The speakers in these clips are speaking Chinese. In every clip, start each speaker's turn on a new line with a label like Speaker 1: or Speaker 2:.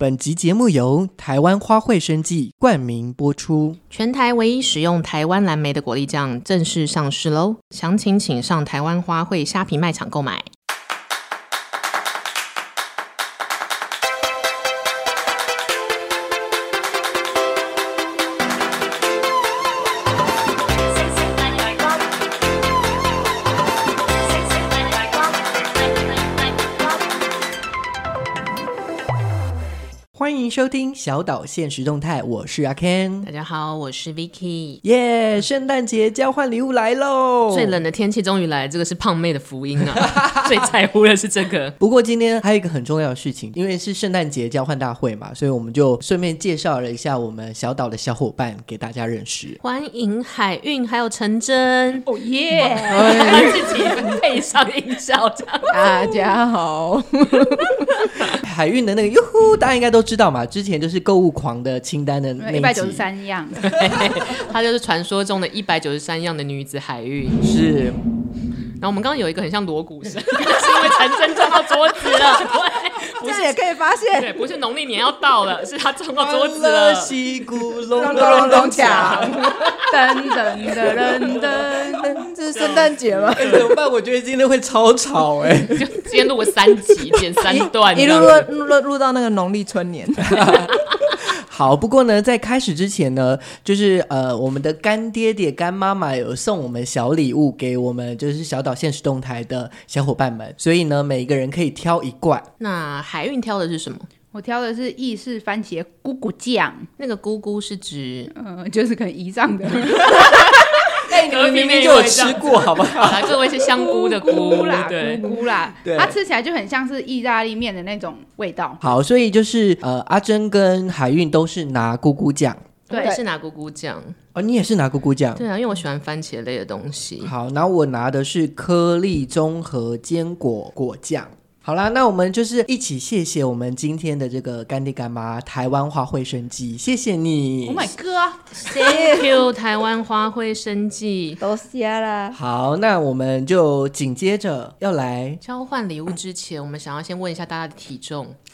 Speaker 1: 本集节目由台湾花卉生技冠名播出。
Speaker 2: 全台唯一使用台湾蓝莓的果粒酱正式上市喽！详情请上台湾花卉虾皮卖场购买。
Speaker 3: 星星發大光，星星發大光，發發發光。
Speaker 1: 欢迎收听小岛现实动态，我是阿
Speaker 2: 大
Speaker 1: Ken。
Speaker 2: 家好，我是 Vicky。
Speaker 1: 耶圣诞节交换礼物来
Speaker 4: 哦
Speaker 1: 喽！
Speaker 2: 最冷的天气终于来，这个是胖妹的福音 啊！最在乎的是这个。
Speaker 1: 不过今天还有一个很重要的事情，因为是圣诞节交换大会嘛，所以我们就顺便介绍了一下我们小岛的小伙伴给大家认识。
Speaker 2: 欢迎海运，还有陈真，
Speaker 4: 哦耶！
Speaker 2: 自己配上音效这样。
Speaker 4: 大家 好，
Speaker 1: 海运的那个哟呼，大家应该都知道嘛，之前就是购物狂的清单的那
Speaker 4: 一百九
Speaker 1: 集
Speaker 4: 十三样，
Speaker 2: 她就是传说中的一百九十三样的女子海运。
Speaker 1: 是
Speaker 2: 然后我们刚刚有一个很像锣鼓声， 是因为陈真撞到桌子 了。对，不
Speaker 4: 这
Speaker 2: 是
Speaker 4: 也可以发现
Speaker 2: 对，不是农历年要到了，是他撞到桌子
Speaker 1: 欢乐
Speaker 2: 了。
Speaker 1: 西鼓隆咚
Speaker 4: 咚咚
Speaker 1: 隆
Speaker 4: 咚咚
Speaker 1: 咚
Speaker 4: 锵
Speaker 1: 锵。，
Speaker 4: 噔噔噔噔噔，这是圣诞节吗？
Speaker 1: 哎怎么办？我觉得今天会超吵哎、
Speaker 2: 就今天录了三集，剪三段，
Speaker 4: 一路
Speaker 2: 这样子
Speaker 4: 录录录到那个农历春年，
Speaker 1: 好，不过呢，在开始之前呢，就是呃，我们的干爹爹、干妈妈有送我们小礼物给我们，就是小岛现实动态的小伙伴们，所以呢，每一个人可以挑一罐。
Speaker 2: 那海运挑的是什么？
Speaker 4: 我挑的是意式番茄咕咕酱，
Speaker 2: 那个姑姑是指，
Speaker 4: 嗯，就是可能胰脏的，
Speaker 1: 哎、
Speaker 2: 你们明明
Speaker 1: 就有吃过，好不好？
Speaker 2: 好啊啦，各位是香菇的菇
Speaker 4: 咕啦，
Speaker 2: 对
Speaker 4: 咕。咕啦
Speaker 1: 对，
Speaker 4: 它吃起来就很像是意大利面的那种味 道。
Speaker 1: 好，所以就是呃，阿珍跟海运都是拿咕咕酱
Speaker 4: 对
Speaker 2: 我也是拿姑姑酱，
Speaker 1: 哦，你也是拿咕咕酱。
Speaker 2: 对啊，因为我喜欢番茄类的东西。
Speaker 1: 好，然后我拿的是颗粒综合坚果果酱。好啦，那我们就是一起谢谢我们今天的这个干爹干妈台湾花卉生机，谢谢你。
Speaker 4: Oh my god！
Speaker 2: Thank you，台湾花卉生计
Speaker 4: 都瞎啦，
Speaker 1: 好，那我们就紧接着要来，
Speaker 2: 交换礼物之前，我们想要先问一下大家的体重。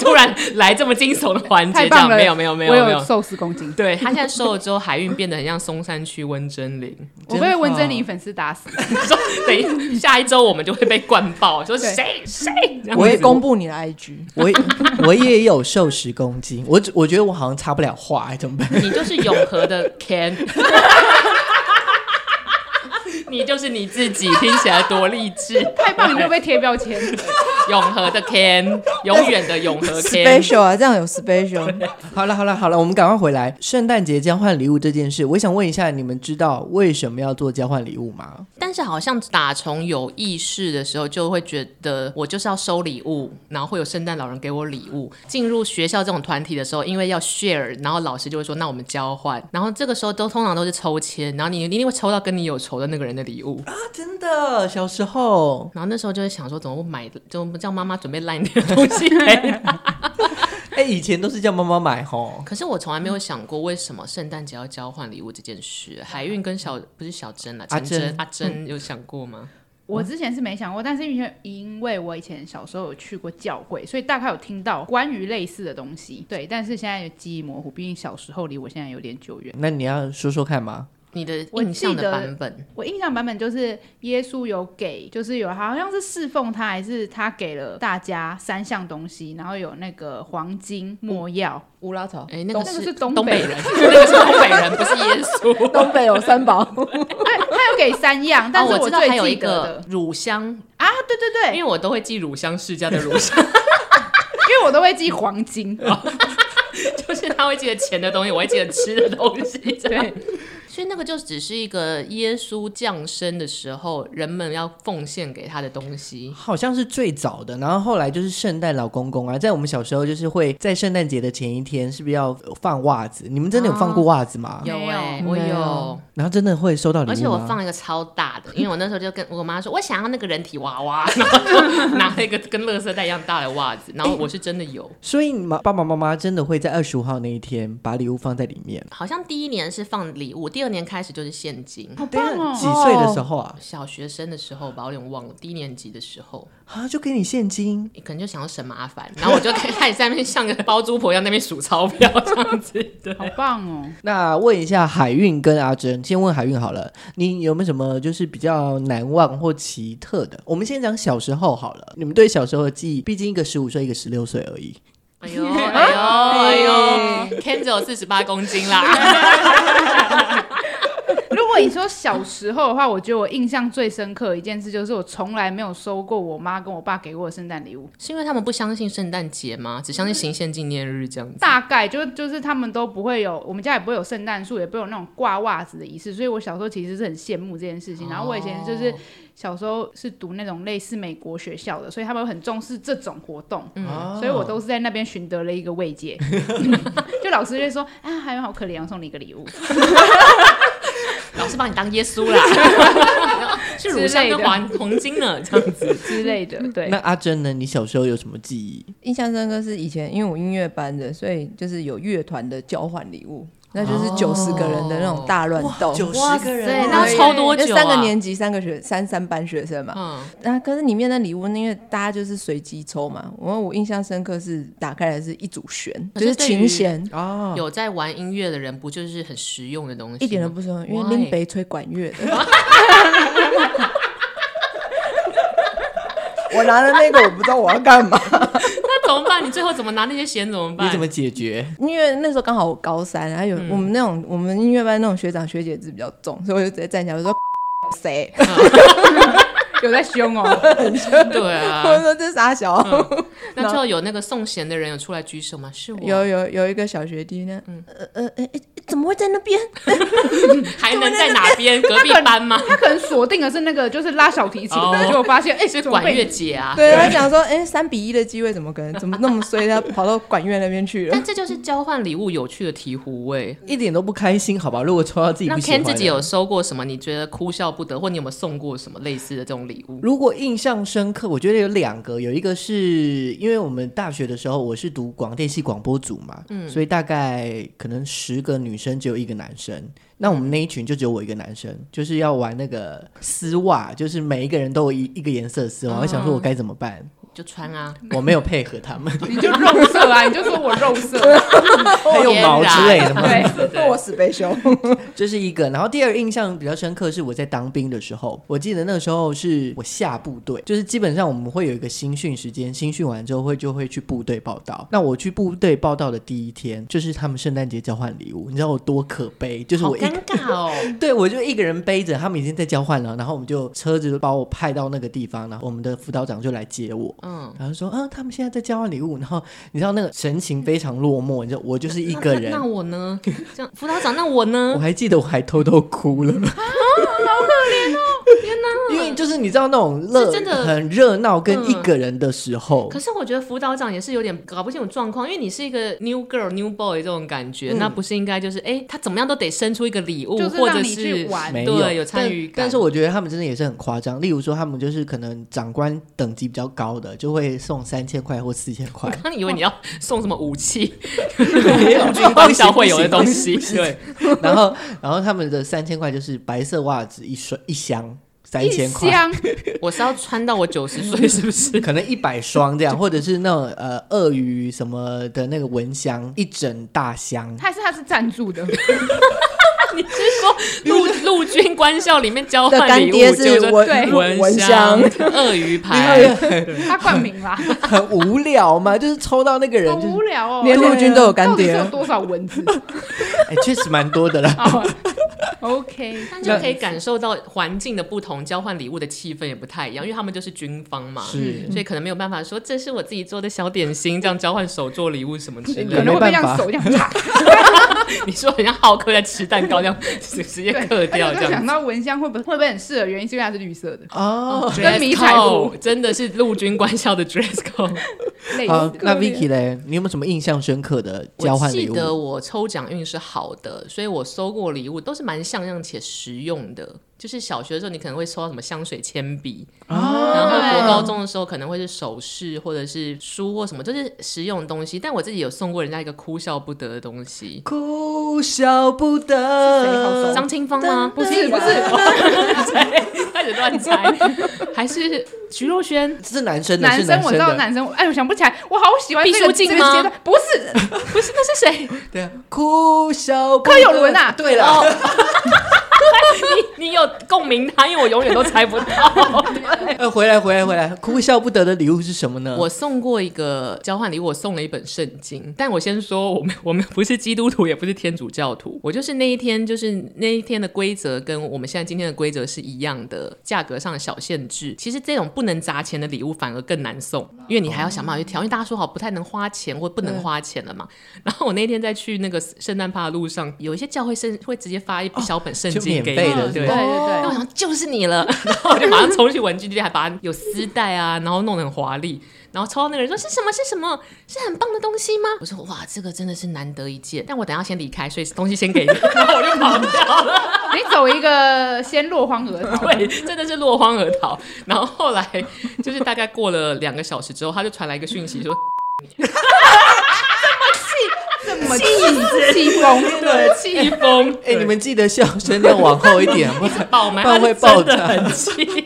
Speaker 2: 突然来这么惊悚的环节，
Speaker 4: 太
Speaker 2: 这样
Speaker 4: 棒了！
Speaker 2: 没有没有没有
Speaker 4: 我
Speaker 2: 没
Speaker 4: 有
Speaker 2: 有。
Speaker 4: 瘦十公斤，
Speaker 2: 对他现在瘦了之后，海运变得很像松山区温真菱。
Speaker 4: 我被文珍
Speaker 1: 真
Speaker 4: 妮
Speaker 1: 好
Speaker 4: 粉丝打 死。
Speaker 2: 说等一下一周我们就会被灌爆，说谁谁，这样
Speaker 1: 我也
Speaker 5: 公布你的 IG，
Speaker 1: 我我也有瘦十公斤，我只我觉得我好像插不了话，哎怎么办？
Speaker 2: 你就是永和的 Ken，你就是你自己，听起来多励志，
Speaker 4: 太棒，你会被贴标签。
Speaker 2: 永和的 Ken，永远的永和 Ken。
Speaker 5: special 啊，这样有 special。
Speaker 1: 好了好了好了，我们赶快回来。圣诞节交换礼物这件事，我想问一下，你们知道为什么要做交换礼物吗？
Speaker 2: 但是好像打从有意识的时候，就会觉得我就是要收礼物，然后会有圣诞老人给我礼物。进入学校这种团体的时候，因为要 share，然后老师就会说那我们交换，然后这个时候都通常都是抽签，然后你一定会抽到跟你有仇的那个人的礼物。
Speaker 1: 啊，真的，小时候
Speaker 2: 然后那时候就会想说，怎么不买，就叫妈妈准备烂一点的东西给你
Speaker 1: 哎、以前都是叫妈妈买吼。
Speaker 2: 可是我从来没有想过，为什么圣诞节要交换礼物这件事？海运跟小不是小珍啦，啊
Speaker 1: 阿
Speaker 2: 陈真
Speaker 1: 珍
Speaker 2: 阿珍有想过吗？
Speaker 4: 我之前是没想过，但是因为因为我以前小时候有去过教会，所以大概有听到关于类似的东西。对，但是现在记忆模糊，毕竟小时候离我现在有点久远。
Speaker 1: 那你要说说看吗？
Speaker 2: 你的
Speaker 4: 我
Speaker 2: 印象
Speaker 4: 记
Speaker 2: 的
Speaker 4: 得
Speaker 2: 版本，
Speaker 4: 我印象版本就是耶稣有给，就是有好像是侍奉他，还是他给了大家三项东西，然后有那个黄金、墨 药，
Speaker 5: 乌拉草，
Speaker 2: 哎、那个
Speaker 4: 那个
Speaker 2: 是
Speaker 4: 是东
Speaker 2: 东
Speaker 4: 北
Speaker 2: 北人， 那个是东北人，不是耶稣。
Speaker 5: 东北有三宝，
Speaker 4: 他哎他有给三样， 但
Speaker 2: 但
Speaker 4: 是
Speaker 2: 哦我知道
Speaker 4: 最
Speaker 2: 还有
Speaker 4: 记
Speaker 2: 一
Speaker 4: 得的
Speaker 2: 个乳香，
Speaker 4: 啊，对对对，
Speaker 2: 因
Speaker 4: 因
Speaker 2: 为我都会寄乳香世家的乳香，
Speaker 4: 为我都会记黄 金，
Speaker 2: 就是他会记得钱的东西，我会记得吃的东西，这样。所以那个就只是一个耶稣降生的时候，人们要奉献给他的东西。
Speaker 1: 好像是最早的，然后后来就是圣诞老公公啊，在我们小时候就是会在圣诞节的前一天，是不是要放袜子？你们真的有放过袜子吗？
Speaker 2: 有
Speaker 4: 没
Speaker 2: 哎、
Speaker 5: 有
Speaker 2: 我
Speaker 5: 没
Speaker 2: 有
Speaker 5: 有，
Speaker 1: 然后真的会收到礼物吗？
Speaker 2: 而且我放一个超大的，因为我那时候就跟我妈说，我想要那个人体娃娃， 然后就拿了一个跟垃圾袋一样大的袜子，然后我是真的有。
Speaker 1: 所以你们爸爸妈妈真的会在二十五号那一天把礼物放在里面。
Speaker 2: 好像第一年是放礼物，第二年开始就是现金。
Speaker 4: 好棒哦！
Speaker 1: 几岁的时候啊？
Speaker 2: 小学生的时候吧，我有点忘了，低年级的时候，
Speaker 1: 啊，就给你现金，
Speaker 2: 可能就想要省麻烦，然后我就开开始在那边像个包租婆一样在那边数钞票这样子。对，
Speaker 4: 好棒哦！
Speaker 1: 那问一下海运跟阿珍，先问海运好了，你有没有什么就是比较难忘或奇特的？我们先讲小时候好了，你们对小时候的记忆，毕竟一个十五岁，一个十六岁而已。
Speaker 2: 哎呦哎呦哎 呦，Kenzo 四十八公斤啦，
Speaker 4: 如果你说小时候的话，我觉得我印象最深刻的一件事就是我从来没有收过我妈跟我爸给我的圣诞礼物，
Speaker 2: 是因为他们不相信圣诞节吗？只相信行宪纪念日这样子。
Speaker 4: 大概就就是他们都不会有，我们家也不会有圣诞树，也不会有那种挂袜子的仪式，所以我小时候其实是很羡慕这件事情。然后我以前就是
Speaker 2: 哦
Speaker 4: 小时候是读那种类似美国学校的，所以他们很重视这种活动。
Speaker 2: 嗯
Speaker 1: 哦
Speaker 4: 所以我都是在那边寻得了一个 慰藉， 就老师就会说啊，海云好可怜哦，送你一个 礼物。
Speaker 2: 老师把你当耶稣 啦，是乳香跟黄黄金呢这样子。
Speaker 4: 之 类的。对
Speaker 1: 那，阿珍呢？你小时候有什么记忆？
Speaker 5: 印象深刻是以前因为我音乐班的，所以就是有乐团的交换礼物，那就是
Speaker 4: 哦
Speaker 5: 九十个人的那种大乱斗。
Speaker 2: 哦
Speaker 1: 十个
Speaker 4: 人哇塞
Speaker 2: 那要抽多久
Speaker 5: 就
Speaker 2: 啊？
Speaker 5: 三个年级三个学三三班学生嘛，
Speaker 2: 嗯，
Speaker 5: 那、可是里面的礼物，因为大家就是随机抽嘛，我我印象深刻是打开来是一组弦，
Speaker 2: 可
Speaker 5: 就是是琴弦，
Speaker 2: 哦
Speaker 1: 啊，
Speaker 2: 有在玩音乐的人，不就是很实用的东西吗？
Speaker 5: 哦一点都不深，因为
Speaker 2: Why？
Speaker 5: 林北吹管乐的。
Speaker 1: 我拿的那个我不知道我要干嘛，
Speaker 2: 那怎么办？你最后怎么拿那些弦怎么办？
Speaker 1: 你怎么解决？
Speaker 5: 因为那时候刚好我高三，还
Speaker 2: 嗯
Speaker 5: 有我们那种、我们音乐班那种学长学姐制比较重，所以我就直接站起来我说 谁，
Speaker 4: 有在凶哦，
Speaker 2: 对
Speaker 5: 我
Speaker 2: 啊？嗯
Speaker 5: 说这傻小。
Speaker 2: 那最后有那个送弦的人有出来举手吗？是我，
Speaker 5: 有有有一个小学弟呢，
Speaker 2: 嗯
Speaker 5: 呃呃呃，诶怎么会在那边？
Speaker 2: 还能在哪 边？隔壁班吗？
Speaker 4: 他可能锁定的是那个就是拉小提琴
Speaker 2: 哦
Speaker 4: 的，结果发现哎，
Speaker 2: 是
Speaker 4: 怎么
Speaker 2: 管乐
Speaker 4: 被
Speaker 2: 姐啊。
Speaker 5: 对他讲说，哎、三比一的机会怎么可能？怎么那么衰？他跑到管乐那 边去了
Speaker 2: 但。这就是交换礼物有趣的醍醐味。
Speaker 1: 一点都不开心，好吧？如果抽到自己
Speaker 2: 那
Speaker 1: 不喜
Speaker 2: Ken
Speaker 1: 欢
Speaker 2: 自
Speaker 1: 的，
Speaker 2: 己有收过什么？你觉得哭笑不得，或你有没有送过什么类似的这种礼物？
Speaker 1: 如果印象深刻，我觉得有两个，有一个是因为我们大学的时候我是读广电系广播组嘛，所以大概可能十个女生只有一个男生，那我们那一群就只有我一个男生，就是要玩那个丝袜，就是每一个人都有一一个颜色的丝袜，我想说我该怎么办，
Speaker 2: 就穿啊，
Speaker 1: 我没有配合他们，
Speaker 4: 你就肉色啊，你就说我肉 色，啊
Speaker 1: 还有毛之类的吗？
Speaker 4: 对，
Speaker 5: 我死背胸，
Speaker 1: 这是一个。然后第二个印象比较深刻是我在当兵的时候，我记得那个时候是我下部队，就是基本上我们会有一个新训时间，新训完之后会就会去部队报道。那我去部队报道的第一天，就是他们圣诞节交换礼物，你知道我多可悲，就是
Speaker 2: 好
Speaker 1: 我一
Speaker 2: 尴尬哦。
Speaker 1: 对，我就一个人背着，他们已经在交换了，然后我们就车子就把我派到那个地方，然后我们的辅导长就来接我，
Speaker 2: 嗯，
Speaker 1: 然后说啊，他们现在在交换礼物，然后你知道那个神情非常落寞，你知道我就是 一个人
Speaker 2: 那那，那我呢？这样，辅导长，那我
Speaker 1: 我
Speaker 2: 呢？
Speaker 1: 还记得我还偷偷哭 了，
Speaker 2: 啊
Speaker 1: 好可怜哦！天哪！因为就是你知道那种热
Speaker 2: 哦是真的
Speaker 1: 很热闹跟
Speaker 2: 嗯
Speaker 1: 一个人的时候
Speaker 2: 可，是我觉得辅导长也是有点搞不清楚状况，因为你是一个 new girl new boy 这种感觉，
Speaker 1: 嗯
Speaker 2: 那不是应该就是哎、他怎么样都得生出一个礼物，
Speaker 4: 就是
Speaker 2: 或者
Speaker 4: 让你
Speaker 2: 是
Speaker 4: 去玩。
Speaker 1: 没有
Speaker 2: 对有参与感
Speaker 1: 但。但是我觉得他们真的也是很夸张，例如说他们就是可能长官等级比较高的，就会送三千块或四千块。
Speaker 2: 刚以为你要送什么武器，
Speaker 1: 没有
Speaker 2: 放校会有的东西，对，
Speaker 1: 然后，然后他们的三千块就是白色袜子一双一箱，三
Speaker 4: 一
Speaker 1: 千块，
Speaker 4: 箱
Speaker 2: 我是要穿到我九十岁，是不是？
Speaker 1: 可能一百双这样，或者是那种呃鳄鱼什么的那个蚊香，一整大箱。
Speaker 4: 还是他是赞助的，
Speaker 2: 你是说陆陆军官校里面交
Speaker 5: 的
Speaker 2: 换
Speaker 5: 干
Speaker 2: 礼物，
Speaker 5: 爹是
Speaker 2: 就是
Speaker 5: 蚊
Speaker 2: 蚊
Speaker 5: 蚊
Speaker 2: 香
Speaker 5: 香、
Speaker 2: 鳄鱼
Speaker 1: 因为
Speaker 2: 牌，
Speaker 4: 他冠 名啦，
Speaker 1: 很无聊 嘛，就是抽到那个人
Speaker 4: 好
Speaker 1: 就是
Speaker 4: 无聊哦。
Speaker 5: 连陆军都有干
Speaker 4: 到底是
Speaker 5: 爹。
Speaker 4: 有多少 蚊子？
Speaker 1: 哎，确实蛮多的 啦。
Speaker 4: 哦 OK，
Speaker 2: 但就可以感受到环境的不同，交换礼物的气氛也不太一样，因为他们就是军方嘛，
Speaker 1: 是
Speaker 2: 所以可能没有办法说这是我自己做的小点心，这样交换手做礼物什么之类
Speaker 4: 可
Speaker 2: 的。
Speaker 4: 能会被
Speaker 1: 没
Speaker 4: 这
Speaker 1: 办法
Speaker 4: 样手这样 啪，
Speaker 2: 你说人家浩克在吃蛋糕这样直直接嗑
Speaker 4: 对。
Speaker 2: 掉
Speaker 4: 而且
Speaker 2: 这
Speaker 4: 我就想
Speaker 2: 样。
Speaker 4: 到蚊香会不会会不会很适合？原因是因为它是绿色的，
Speaker 1: 哦，
Speaker 4: 跟迷彩服
Speaker 2: Dress code，真的是陆军官校的 dress code。
Speaker 4: 类
Speaker 1: 好
Speaker 4: 似，。
Speaker 1: 那 Vicky 嘞，你有没有什么印象深刻的交
Speaker 2: 我
Speaker 1: 换
Speaker 2: 记
Speaker 1: 礼
Speaker 2: 得
Speaker 1: 物？
Speaker 2: 我抽奖运是好的，所以我收过礼物都是蛮像样且实用的。就是小学的时候，你可能会抽到什么香水铅笔，
Speaker 1: 哦
Speaker 2: 然后
Speaker 4: 对
Speaker 2: 国高中的时候可能会是首饰或者是书或什么，就是实用的东西。但我自己有送过人家一个哭笑不得的东西，
Speaker 1: 哭笑不
Speaker 5: 是谁靠
Speaker 1: 得
Speaker 5: 手。
Speaker 2: 张清芳吗？
Speaker 4: 不是 不是，
Speaker 2: 开始乱猜，还是徐若瑄？
Speaker 1: 这是男生的，
Speaker 4: 男
Speaker 1: 是
Speaker 4: 生我知道
Speaker 1: 的。
Speaker 4: 男生，哎，我想不起来，我好喜欢这
Speaker 2: 毕书
Speaker 4: 个这
Speaker 2: 尽
Speaker 4: 个
Speaker 2: 吗
Speaker 4: 阶段，不是
Speaker 2: 不是，那是谁？
Speaker 1: 对啊，哭笑不得
Speaker 4: 柯有伦啊
Speaker 1: 对了，
Speaker 2: 你你有共鸣他，因为我永远都猜不到。
Speaker 1: 呃，回来回来回来，哭笑不得的礼物是什么呢？
Speaker 2: 我送过一个交换礼物，我送了一本圣经。但我先说，我们我们不是基督徒，也不是天主教徒。 我就是那一天，就是那一天的规则跟我们现在今天的规则是一样的，价格上的小限制。其实这种不能砸钱的礼物反而更难送，因为你还要想办法去调。因为大家说好不太能花钱或不能花钱了嘛。
Speaker 1: 嗯
Speaker 2: 然后我那天在去那个圣诞趴的路上，有一些教会圣会直接发一小本圣
Speaker 1: 哦就
Speaker 2: 经
Speaker 1: 免
Speaker 2: 给
Speaker 1: 费
Speaker 2: 你，
Speaker 1: 的，
Speaker 2: 对
Speaker 1: 是吧
Speaker 4: 对
Speaker 5: 哦
Speaker 2: 那我
Speaker 1: 哦
Speaker 2: 想就是你了， 然后我就马上冲去文具店，还把它有丝带啊，然后弄得很华丽。然后抽到那个人说是什么是什么是很棒的东西吗？我说哇，这个真的是难得一见。但我等一下先离开，所以东西先 给你，然后我就跑掉了。
Speaker 4: 你走一个先落荒而逃，
Speaker 2: 对，真的是落荒而逃。然后后来就是大概过了两个小时之后，他就传来一个讯息说，
Speaker 4: 这么气气疯，
Speaker 2: 对，气疯。
Speaker 1: 哎、你们记得笑声要往后一点， 不然
Speaker 2: 爆麦，
Speaker 1: 不然会
Speaker 2: 他
Speaker 1: 爆
Speaker 2: 是真的
Speaker 1: 炸。
Speaker 2: 很气。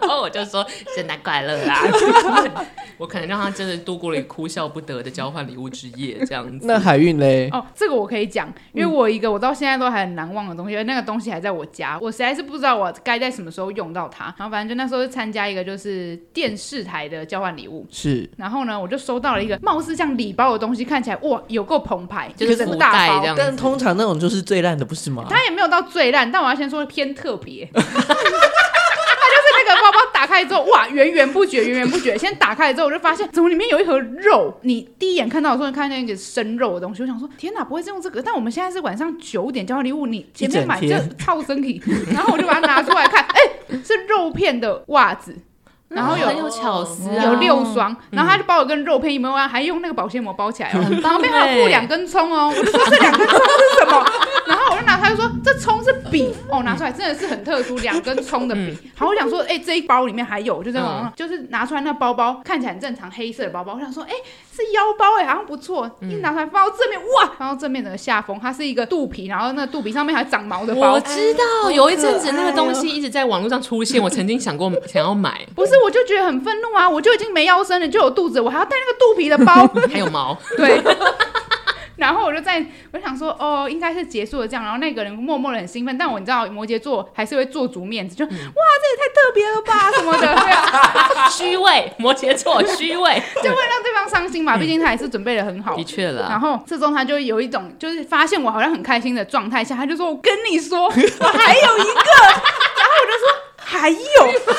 Speaker 2: 然后我就说圣诞快乐啦！啊 我可能让他真的度过了一个哭笑不得的交换礼物之夜，这样子。
Speaker 1: 那海运嘞？
Speaker 4: 哦，这个我可以讲，因为我有一个我到现在都还很难忘的东西，而那个东西还在我家，我实在是不知道我该在什么时候用到它。然后反正就那时候就参加一个就是电视台的交换礼物。
Speaker 1: 是
Speaker 4: 然后呢，我就收到了一个貌似像礼包的东西，看起来哇，有够澎湃，
Speaker 2: 就是
Speaker 4: 整个
Speaker 2: 福
Speaker 4: 大
Speaker 2: 袋
Speaker 4: 包
Speaker 2: 这样子
Speaker 1: 但通常那种就是最烂的，不是吗？
Speaker 4: 它也没有到最烂，但我要先说偏特别。 它就是那个包包打开之后，哇，源源不绝，源源不绝。先打开之后，我就发现怎么里面有一盒肉。你第一眼看到的时候，你看见一个生肉的东西，我想说天哪，不会是用这个？但我们现在是晚上九点交换礼物，你前面买
Speaker 1: 一
Speaker 4: 这
Speaker 1: 整天
Speaker 4: 超身体，然后我就把它拿出来看，哎、是肉片的 袜子。然后有
Speaker 2: 很有巧思啊，
Speaker 4: 有六双，然后他就把我跟肉片一模一样，还用那个保鲜膜包起来哦，
Speaker 2: 很棒
Speaker 4: 旁边还有附
Speaker 2: 欸
Speaker 4: 两根葱哦，我就说这两根葱是什 么？然后我就拿，他就说这葱是笔哦，拿出来真的是很特殊，两根葱的笔。好，我想说，哎，这一包里面还有，就这种
Speaker 2: 嗯，
Speaker 4: 就是拿出来那包包看起来很正常，黑色的包包，我想说，哎，是腰包哎，好像不错，一拿出来放到正面，哇，然后正面整个下风，它是一个肚皮，然后那个肚皮上面还长毛的包
Speaker 2: 我。知道有一阵子那个东西一直在网络上出现，我曾经想过想要买，
Speaker 4: 不 是，我就觉得很愤怒啊！我就已经没腰身了，就有肚子，我还要带那个肚皮的 包，
Speaker 2: 还有 毛，
Speaker 4: 对。 然后我就在，我想说，哦，应该是结束了这样。然后那个人默默的很兴奋，但我你知道摩羯座还是会做足面子，就、
Speaker 2: 嗯
Speaker 4: 哇，这也太特别了吧什么的，对啊，
Speaker 2: 虚伪，摩羯座虚伪，
Speaker 4: 就会让对方伤心嘛。毕竟他还是准备的很好
Speaker 2: 嗯的。确
Speaker 4: 然
Speaker 2: 啦，
Speaker 4: 后这中他就有一种就是发现我好像很开心的状态下，他就说：“我跟你说，我还有一个。”然后我就说：“还有。”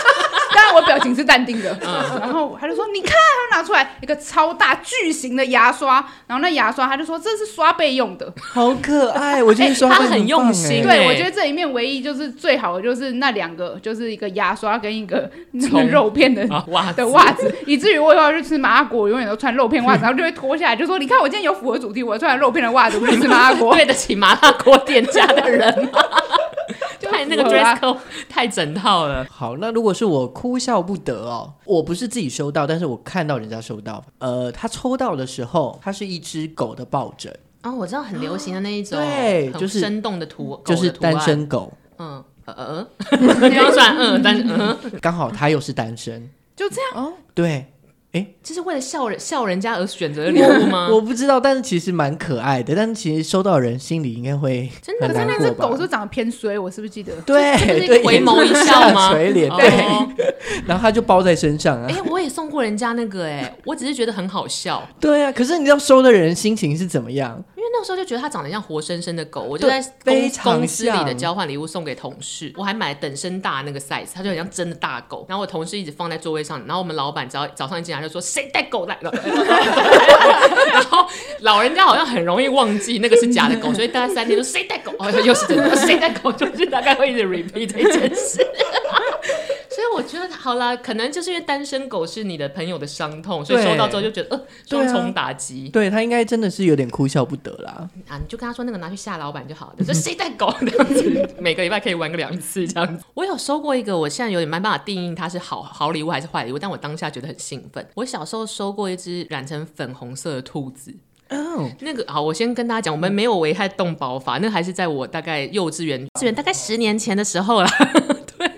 Speaker 4: 当然我表情是淡定的。
Speaker 2: 嗯
Speaker 4: 然后他就说：“你看。”他就拿出来一个超大巨型的牙刷，然后那牙刷他就说：“这是刷备用的。”
Speaker 1: 好可爱，我觉得说
Speaker 2: 他
Speaker 1: 棒
Speaker 2: 很用心欸
Speaker 1: 哎
Speaker 4: 对，
Speaker 2: 对
Speaker 4: 我觉得这里面唯一就是最好的就是那两个，就是一个牙刷跟一个那个
Speaker 2: 葱
Speaker 4: 肉片的。
Speaker 2: 啊哇，
Speaker 4: 的袜子，以至于我以后去吃麻辣锅，我永远都穿肉片袜子，然后就会脱下来，就说：“你看我今天有符合主题，我穿了肉片的袜子，我去吃麻辣锅。
Speaker 2: 对得起麻辣锅店家的 人吗？
Speaker 4: 就
Speaker 2: 太 那个
Speaker 4: 符合啊
Speaker 2: dress code 太整套了。
Speaker 1: 好，那如果是我哭笑不得哦，我不是自己收到，但是我看到人家收到。呃，他抽到的时候，它是一只狗的抱枕，
Speaker 2: 哦，我知道很流行的那一种，
Speaker 1: 对
Speaker 2: 很
Speaker 1: 就是
Speaker 2: 生动的图，
Speaker 1: 就
Speaker 2: 狗的
Speaker 1: 是
Speaker 2: 图
Speaker 1: 单
Speaker 2: 案，
Speaker 1: 身狗，
Speaker 2: 嗯。呃 呃，呃不要算嗯，单身嗯，
Speaker 1: 刚好它又是单身，
Speaker 4: 就这样。
Speaker 1: 对，
Speaker 2: 这是为了笑人笑人家而选择的礼物吗？
Speaker 1: 我不知道，但是其实蛮可爱的，但是其实收到的人心里应该会
Speaker 2: 真的
Speaker 1: 很
Speaker 4: 可是
Speaker 1: 难
Speaker 4: 那
Speaker 1: 过
Speaker 4: 只
Speaker 1: 吧
Speaker 4: 狗是不是长得偏衰，我是不是记得？
Speaker 1: 对
Speaker 2: 这不是
Speaker 1: 对
Speaker 2: 回眸一
Speaker 1: 眼睛
Speaker 2: 笑吗
Speaker 1: 下垂脸，
Speaker 2: 哦
Speaker 1: 对，然后它就包在身上啊
Speaker 2: 哎、，我也送过人家那个哎、我只是觉得很好笑，
Speaker 1: 对啊。可是你知道收的人心情是怎么样？
Speaker 2: 因为那个时候就觉得它长得像活生生的狗，我就
Speaker 1: 对
Speaker 2: 在
Speaker 1: 非
Speaker 2: 公
Speaker 1: 常
Speaker 2: 公司里的
Speaker 1: 像
Speaker 2: 交换礼物送给同事，我还买等身大那个 size，它就很像真的大狗。然后我同事一直放在座位上，然后我们老板只要早上一进来就说谁带狗来了， 然后老人家好像很容易忘记那个是假的狗，所以大概三天就谁带狗，哦又是真的，谁带狗，就是大概会一直 repeat 这件事。所以我觉得好啦，可能就是因为单身狗是你的朋友的伤痛，所以收到之后就觉得呃
Speaker 1: 啊
Speaker 2: 双重打击
Speaker 1: 对他应该真的是有点哭笑不得啦。
Speaker 2: 啊！你就跟他说那个拿去吓老板就好了，就谁带狗这样子，每个礼拜可以玩个两次这样子。我有收过一个，我现在有点没办法定义它是好好礼物还是坏礼物，但我当下觉得很兴奋。我小时候收过一只染成粉红色的兔子，
Speaker 1: 哦，
Speaker 2: 那个好，我先跟大家讲，我们没有危害动保法，那还是在我大概幼稚园，幼稚园大概十年前的时候啦。 对，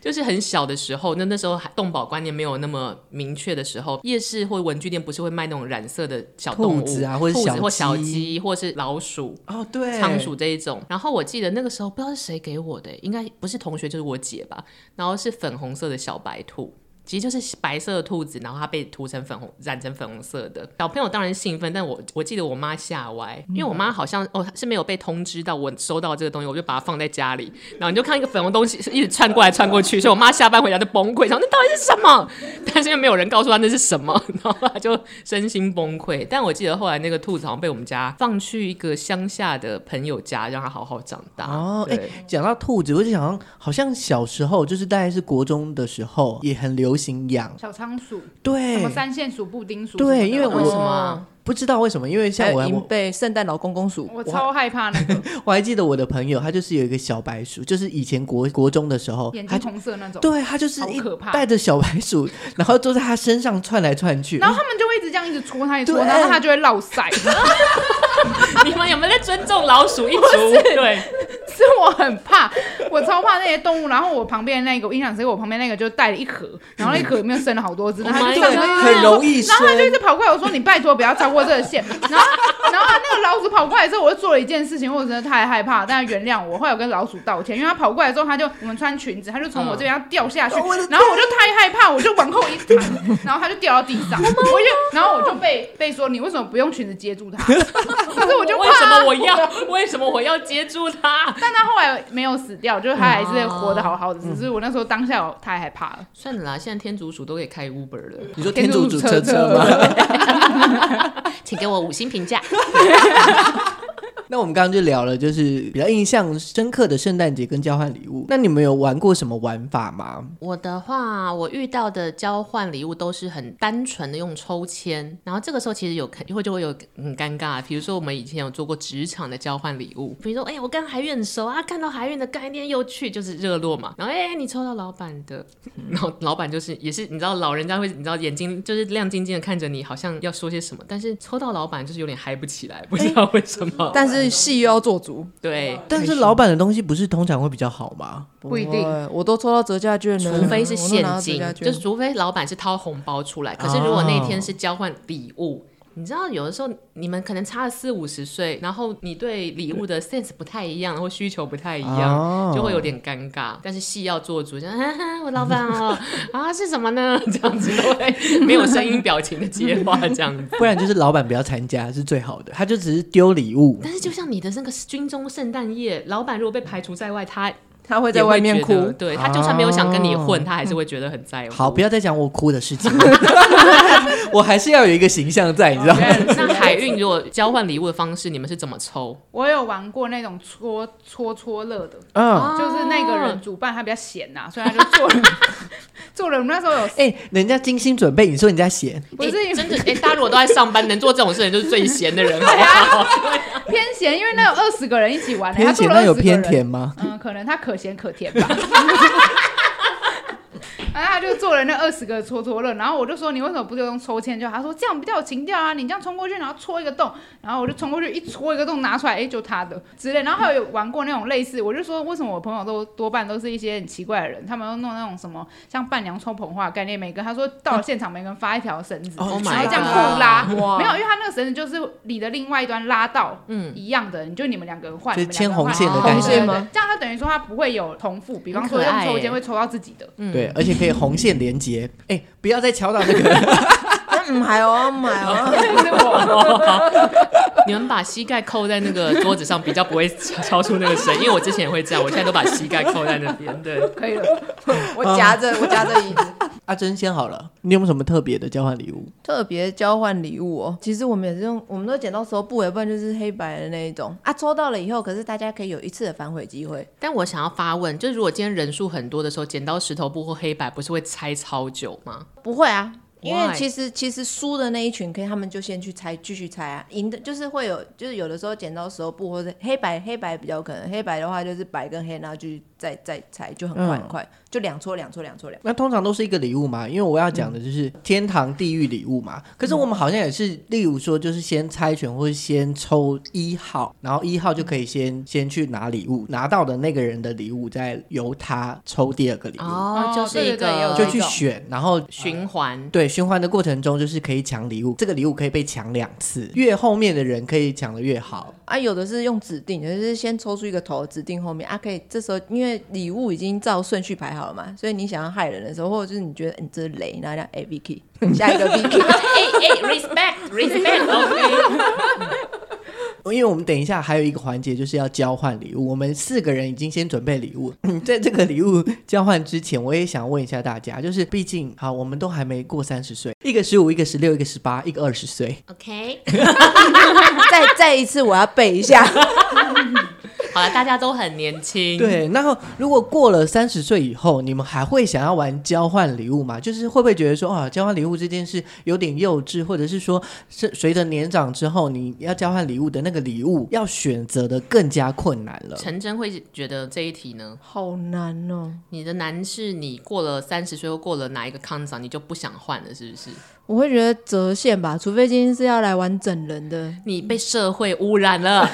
Speaker 2: 就是很小的时候，那那时候还动保观念没有那么明确的时候，夜市或文具店不是会卖那种染色的小动物
Speaker 1: 兔子啊或者
Speaker 2: 兔子
Speaker 1: 小
Speaker 2: 或小
Speaker 1: 鸡
Speaker 2: 鸡，或是老鼠。
Speaker 1: 哦，对，
Speaker 2: 仓鼠这一种。然后我记得那个时候不知道是谁给我的，应该不是同学就是我姐吧。然后是粉红色的小白兔。其实就是白色的兔子，然后它被涂成粉红，染成粉红色的。小朋友当然兴奋，但我我记得我妈吓歪，因为我妈好像哦是没有被通知到我收到这个东西，我就把它放在家里，然后你就看一个粉红东西一直窜过来窜过去，所以我妈下班回家就崩溃，想那到底是什么？但是又没有人告诉她那是什么，然后她就身心崩溃。但我记得后来那个兔子好像被我们家放去一个乡下的朋友家，让它好好长大。
Speaker 1: 哦，哎、
Speaker 2: 对
Speaker 1: 讲到兔子，我就想，好像小时候就是大概是国中的时候，也很流行养。
Speaker 4: 小仓鼠，什
Speaker 1: 对
Speaker 4: 么，三线鼠、布丁鼠什么的，哎
Speaker 1: 对，因为我
Speaker 2: 为什么啊
Speaker 1: 不知道为什么，因为
Speaker 5: 还
Speaker 1: 像我
Speaker 5: 有
Speaker 1: 还
Speaker 5: 银
Speaker 1: 我
Speaker 5: 背圣诞老公公鼠，
Speaker 4: 我超害怕那个
Speaker 1: 我还记得我的朋友，他就是有一个小白鼠，就是以前国国中的时候，
Speaker 4: 眼睛
Speaker 1: 他就
Speaker 4: 红色那种，
Speaker 1: 对他就是
Speaker 4: 好
Speaker 1: 一
Speaker 4: 可怕
Speaker 1: 带着小白鼠， 然后都在他身上窜来窜去。
Speaker 4: 然后他们就会一直这样一直戳它，一直戳
Speaker 1: 对
Speaker 4: 它，然后它就会落腮。
Speaker 2: 你们有没有在尊重老鼠一族？对，
Speaker 4: 是我很怕，我超怕那些动物。然后我旁边那个，我印象深刻，我旁边那个就带了一壳，然后那一壳里面生了好多只，然后它就
Speaker 2: Oh my
Speaker 4: 长得
Speaker 2: god
Speaker 1: 很容易
Speaker 4: 然后他就一
Speaker 1: 生。
Speaker 4: 直跑过来，我说你拜托不要超过这个线。然后，然后那个老鼠跑过来之后，我就做了一件事情，我真的太害怕，但原谅我。后来我跟老鼠道歉，因为它跑过来之后，它就我们穿裙子，它就从我这边要掉下
Speaker 1: Oh
Speaker 4: 去，然后我就太害怕，我就往后一弹， 然后它就掉到地上，我就然后我就被被说你为什么不用裙子接住它？可是我就怕啊
Speaker 2: 为什么我要为什么我要接住它？
Speaker 4: 但他后来没有死掉，就是他还是活得好好的，
Speaker 1: 嗯
Speaker 4: 只是我那时候当下我太害怕了。
Speaker 2: 算了啦，现在天竺鼠都可以开 Uber 了，
Speaker 1: 你说
Speaker 4: 天
Speaker 1: 天
Speaker 4: 竺
Speaker 1: 竺
Speaker 4: 鼠
Speaker 1: 鼠车
Speaker 4: 车车
Speaker 1: 车吗？
Speaker 2: 请给我五星评价。
Speaker 1: 那我们刚刚就聊了，就是比较印象深刻的圣诞节跟交换礼物。那你们有玩过什么玩法吗？
Speaker 2: 我的话，我遇到的交换礼物都是很单纯的用抽签，然后这个时候其实有会就会有很尴尬，比如说我们以前有做过职场的交换礼物，比如说哎、我跟海运很熟啊，看到海运的概念又去就是热络嘛，然后哎、你抽到老板的， 然后老板就是也是你知道老人家会你知道眼睛就是亮晶晶的看着你，好像要说些什么，但是抽到老板就是有点嗨不起来，不知道为什么，
Speaker 5: 但是戏又要做足，
Speaker 2: 对。
Speaker 1: 但是老板的东西不是通常会比较好吗？
Speaker 4: 不一定
Speaker 5: 会，我都抽到折价券了，
Speaker 2: 除非是
Speaker 5: 我都
Speaker 2: 现
Speaker 5: 拿到折
Speaker 2: 金
Speaker 5: 价，券
Speaker 2: 就是除非老板是掏红包出来。可是如果那
Speaker 1: 哦
Speaker 2: 天是交换礼物，你知道有的时候你们可能差了四五十岁，然后你对礼物的 sense 不太一样，或需求不太一样。
Speaker 1: 哦
Speaker 2: 就会有点尴尬，但是戏要做主，就哈哈，我老板 哦，啊是什么呢？ 这样子都会没有声音、表情的接话这样子。
Speaker 1: 不然就是老板不要参加是最好的，他就只是丢礼物。
Speaker 4: 嗯
Speaker 2: 但是就像你的那个军中圣诞夜，老板如果被排除在外，他
Speaker 5: 他会
Speaker 2: 会
Speaker 5: 在外面哭，
Speaker 2: 对他就算没有想跟你混，
Speaker 1: 哦
Speaker 2: 他还是会觉得很在乎。
Speaker 1: 好，不要再讲我哭的事情， 我还是要有一个形象在，你知道吗？
Speaker 2: 那海运如果交换礼物的方式，你们是怎么抽？
Speaker 4: 我有玩过那种搓搓搓乐的，
Speaker 1: 嗯，
Speaker 4: 就是那个人主办他比较闲呐、所以他就 做了做了。我们那时候有
Speaker 1: 哎、人家精心准备，你说人家闲，
Speaker 4: 不是
Speaker 2: 诶真的，哎、大家如果都在上班，能做这种事情就是最闲的人，好不好？
Speaker 4: 偏咸，因为那有二十个人一起玩、欸，他
Speaker 1: 偏
Speaker 4: 做
Speaker 1: 咸
Speaker 4: 了
Speaker 1: 那有
Speaker 4: 20个人
Speaker 1: 偏甜吗？
Speaker 4: 嗯，可能他可咸可甜吧。 然后他就做了那二十个戳戳乐，然后我就说你为什么不就用抽签就好？他说这样比较有情调啊，你这样冲过去，然后戳一个洞，然后我就冲过去一戳一个洞拿出来，哎、就他的之类。然后还有玩过那种类似，我就说为什么我朋友都多半都是一些很奇怪的人，他们要弄那种什么像伴娘抽捧花的概念，每个他说到了现场每个人发一条绳子，
Speaker 1: 哦
Speaker 4: 然后
Speaker 2: my
Speaker 4: 这样互拉，
Speaker 2: god
Speaker 4: 没有，因为他那个绳子就是你的另外一端拉到一样的，你就你们两个人换，
Speaker 1: 嗯就是
Speaker 4: 你
Speaker 1: 牵
Speaker 4: 们两个人
Speaker 1: 红
Speaker 4: 换
Speaker 1: 线
Speaker 2: 的
Speaker 4: 对
Speaker 2: 感
Speaker 4: 对
Speaker 5: 觉
Speaker 4: 对
Speaker 5: 吗
Speaker 4: 对这样它等于说它不会有重复，比方
Speaker 2: 很
Speaker 4: 说
Speaker 2: 可
Speaker 4: 用
Speaker 2: 爱
Speaker 4: 抽
Speaker 2: 耶嗯
Speaker 4: 签会抽到自己的，
Speaker 1: 对，而且可以红线连接。哎、不要再敲到那 个。
Speaker 5: 嗯，还哦，买哦，
Speaker 4: 是我
Speaker 2: 你们把膝盖扣在那个桌子上，比较不会敲出那个声，因为我之前也会这样，我现在都把膝盖扣在那边。对，
Speaker 4: 可以了。
Speaker 5: 我夹着，我夹着椅子，
Speaker 1: 阿珍先好了，你有没有什么特别的交换礼物？
Speaker 5: 特别交换礼物哦。其实我们也是用，我们都捡到手布，要不然就是黑白的那一种啊。抽到了以后，可是大家可以有一次的反悔机会。
Speaker 2: 但我想要发问，就是如果今天人数很多的时候，剪刀石头布或黑白不是会猜超久吗？
Speaker 5: 不会啊，因为
Speaker 2: Why？
Speaker 5: 其实其实输的那一群，可以他们就先去猜，继续猜啊。赢的就是会有，就是有的时候剪刀石头布或者黑白，黑白比较可能。黑白的话就是白跟黑，然后去再再猜，就很快
Speaker 1: 嗯
Speaker 5: 很快，就两撮两撮两撮两。
Speaker 1: 那通常都是一个礼物嘛，因为我要
Speaker 2: 嗯
Speaker 1: 讲的就是天堂、地狱礼物嘛。可是我们好像也是，例如说，就是先猜拳，或是先抽一号，然后一号就可以
Speaker 2: 嗯
Speaker 1: 先先去拿礼物，拿到的那个人的礼物，再由他抽第二个礼物，
Speaker 2: 哦
Speaker 4: 哦
Speaker 2: 就是
Speaker 4: 对
Speaker 2: 一
Speaker 4: 对对也有
Speaker 2: 个
Speaker 1: 就
Speaker 4: 这
Speaker 1: 去选，然后
Speaker 2: 循环。
Speaker 1: 对，循环的过程中就是可以抢礼物，这个礼物可以被抢两次，越后面的人可以抢的越好。
Speaker 5: 啊，有的是用指定，就是先抽出一个头，指定后面啊，可以这时候因为礼物已经照顺序排好了嘛，所以你想要害人的时候，或者就是你觉得你嗯这是雷，然后叫 A Vicky，下一个 Vicky，
Speaker 2: 哎哎，respect respect，OK，
Speaker 1: 因为我们等一下还有一个环节就是要交换礼物，我们四个人已经先准备礼物。 在这个礼物交换之前，我也想问一下大家，就是毕竟好，我们都还没过三十岁，一个十五，一个十六，一个十八，一个二十岁。
Speaker 2: 嗯 OK，
Speaker 5: 再再一次我要背一下，
Speaker 2: 好了，大家都很年轻，，
Speaker 1: 对，然后如果过了三十岁以后，你们还会想要玩交换礼物吗？就是会不会觉得说啊，交换礼物这件事有点幼稚，或者是说，是随着年长之后，你要交换礼物的那个礼物要选择的更加困难了？
Speaker 2: 陈真会觉得这一题呢，
Speaker 5: 好难哦。
Speaker 2: 你的难是你过了三十岁或过了哪一个康长，你就不想换了，是不是？
Speaker 5: 我会觉得折线吧，除非今天是要来玩整人的。
Speaker 2: 你被社会污染了。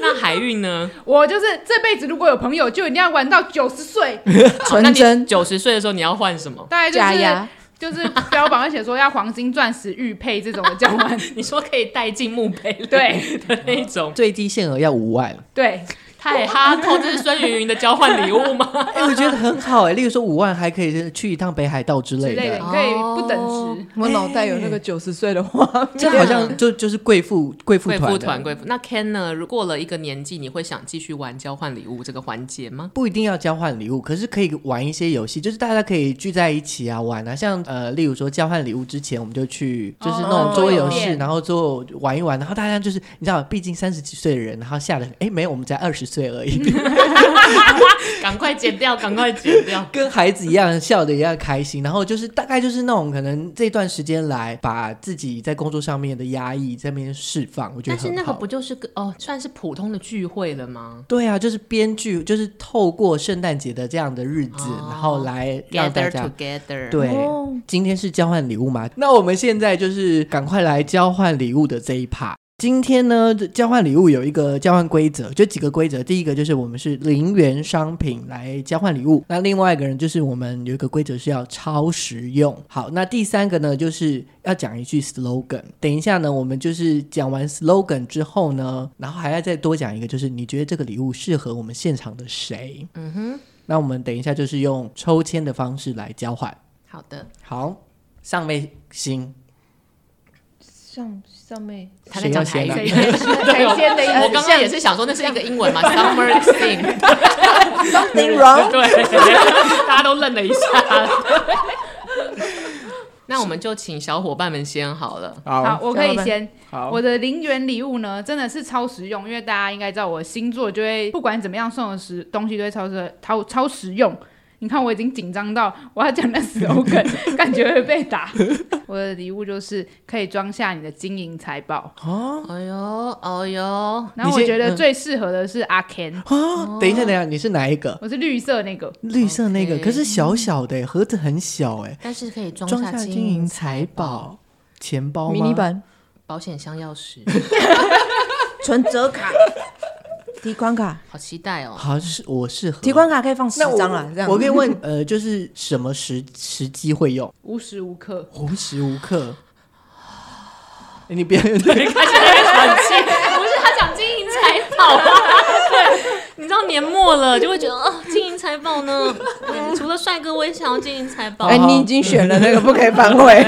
Speaker 2: 那海运呢？哦
Speaker 4: 我就是这辈子如果有朋友，就一定要玩到九十 岁，
Speaker 5: 纯真
Speaker 2: 九十岁的时候你要换什么？
Speaker 4: 大概就
Speaker 5: 假
Speaker 4: 是
Speaker 5: 牙，
Speaker 4: 就是标榜会写说要黄金、钻石、玉佩这种的 交换。
Speaker 2: 你说可以带进墓碑里
Speaker 4: 对
Speaker 2: 的那一种，
Speaker 1: 最低限额要五万。
Speaker 4: 对，
Speaker 2: 太哈扣，这是孙云云的交换礼物吗？
Speaker 1: 哎、我觉得很好哎、例如说五万还可以是去一趟北海道之
Speaker 4: 之
Speaker 1: 类的，哎
Speaker 4: 类的，你哦可以不
Speaker 2: 哦
Speaker 4: 等值。
Speaker 5: 我脑袋有那个九十岁的画面。
Speaker 1: 这好像就就是贵妇贵妇
Speaker 2: 啊贵
Speaker 1: 团
Speaker 2: 妇
Speaker 1: 的
Speaker 2: 团，贵妇。那 Ken 呢？如果过了一个年纪，你会想继续玩交换礼物这个环节吗？
Speaker 1: 不一定要交换礼物，可是可以玩一些游戏，就是大家可以聚在一起啊玩啊，像呃，例如说交换礼物之前，我们就去就是
Speaker 2: 哦
Speaker 1: 那种桌游
Speaker 4: 桌游
Speaker 1: 室，
Speaker 4: 店
Speaker 1: 然后做玩一玩，然后大家就是你知道，毕竟三十几岁的人，然后吓得哎没有，我们才二十岁而 已，
Speaker 2: 赶快剪掉，赶快剪掉。
Speaker 1: 跟孩子一样笑的一样开心，然后就是大概就是那种可能这段时间来把自己在工作上面的压抑在那边释放，我觉得
Speaker 2: 但是
Speaker 1: 很
Speaker 2: 那个
Speaker 1: 好
Speaker 2: 不。就是个哦，算是普通的聚会了吗？
Speaker 1: 对啊，就是编剧就是透过圣诞节的这样的日子，
Speaker 2: 哦
Speaker 1: 然后来让大
Speaker 2: Gather
Speaker 1: 家
Speaker 2: together，，
Speaker 1: 对。
Speaker 5: 哦
Speaker 1: 今天是交换礼物嘛？那我们现在就是赶快来交换礼物的这一趴。今天呢，交换礼物有一个交换规则，就几个规则。第一个就是我们是零元商品来交换礼物，那另外一个人就是我们有一个规则是要超实用。好，那第三个呢，就是要讲一句 slogan。等一下呢，我们就是讲完 slogan 之后呢，然后还要再多讲一个，就是你觉得这个礼物适合我们现场的谁？嗯哼。那我们等一下就是用抽签的方式来交换。
Speaker 2: 好的，
Speaker 1: 好，上妹星，
Speaker 5: 上上面
Speaker 2: 他在
Speaker 1: 谁要
Speaker 2: 讲台
Speaker 1: 先啊
Speaker 2: 语
Speaker 4: 谁。先谁先的意思？
Speaker 2: 我刚刚也是想说，那是一个英文嘛，summer thing，
Speaker 5: something wrong，
Speaker 2: 对， 大家都愣了一 下。那我们就请小伙伴们先好了。
Speaker 4: 好，我可以先。
Speaker 1: 好
Speaker 4: 我的零元礼物呢，真的是超实用，因为大家应该知道我星座就会不管怎么样送的时东西都会超实超超实用。你看我已经紧张到我要讲那 slogan，感觉会被打。我的礼物就是可以装下你的金银财宝，
Speaker 1: 哦
Speaker 2: 哎呦，哎呦，
Speaker 4: 然后
Speaker 1: 你
Speaker 4: 我
Speaker 1: 先
Speaker 4: 觉得
Speaker 1: 嗯
Speaker 4: 最适合的是阿 Ken，
Speaker 1: 啊！等一下，等一下，你是哪一个？
Speaker 4: 我是绿色那个。
Speaker 1: 绿色那个，
Speaker 2: OK
Speaker 1: 可是小小的耶盒子很小哎，
Speaker 2: 但是可以装
Speaker 1: 装
Speaker 2: 下
Speaker 1: 下
Speaker 2: 金
Speaker 1: 金
Speaker 2: 银
Speaker 1: 银财宝钱包
Speaker 5: 迷你
Speaker 1: 吗？
Speaker 5: 版
Speaker 2: 保险箱钥匙，
Speaker 5: 存折卡、提款卡，
Speaker 2: 好期待哦！
Speaker 1: 好像是我适合
Speaker 5: 提款卡可以放十
Speaker 1: 那我
Speaker 5: 张啦，这样
Speaker 1: 我可以问呃，就是什么时时机会用？
Speaker 4: 无时无刻，
Speaker 1: 无时无刻。哎你别
Speaker 2: 而且很气， 不是他讲金银财宝 啊，对，你知道年末了就会觉得哦，金银财宝呢， 嗯除了帅哥，我也想要金银财宝
Speaker 5: 哎，你已经选了那个不可以反悔，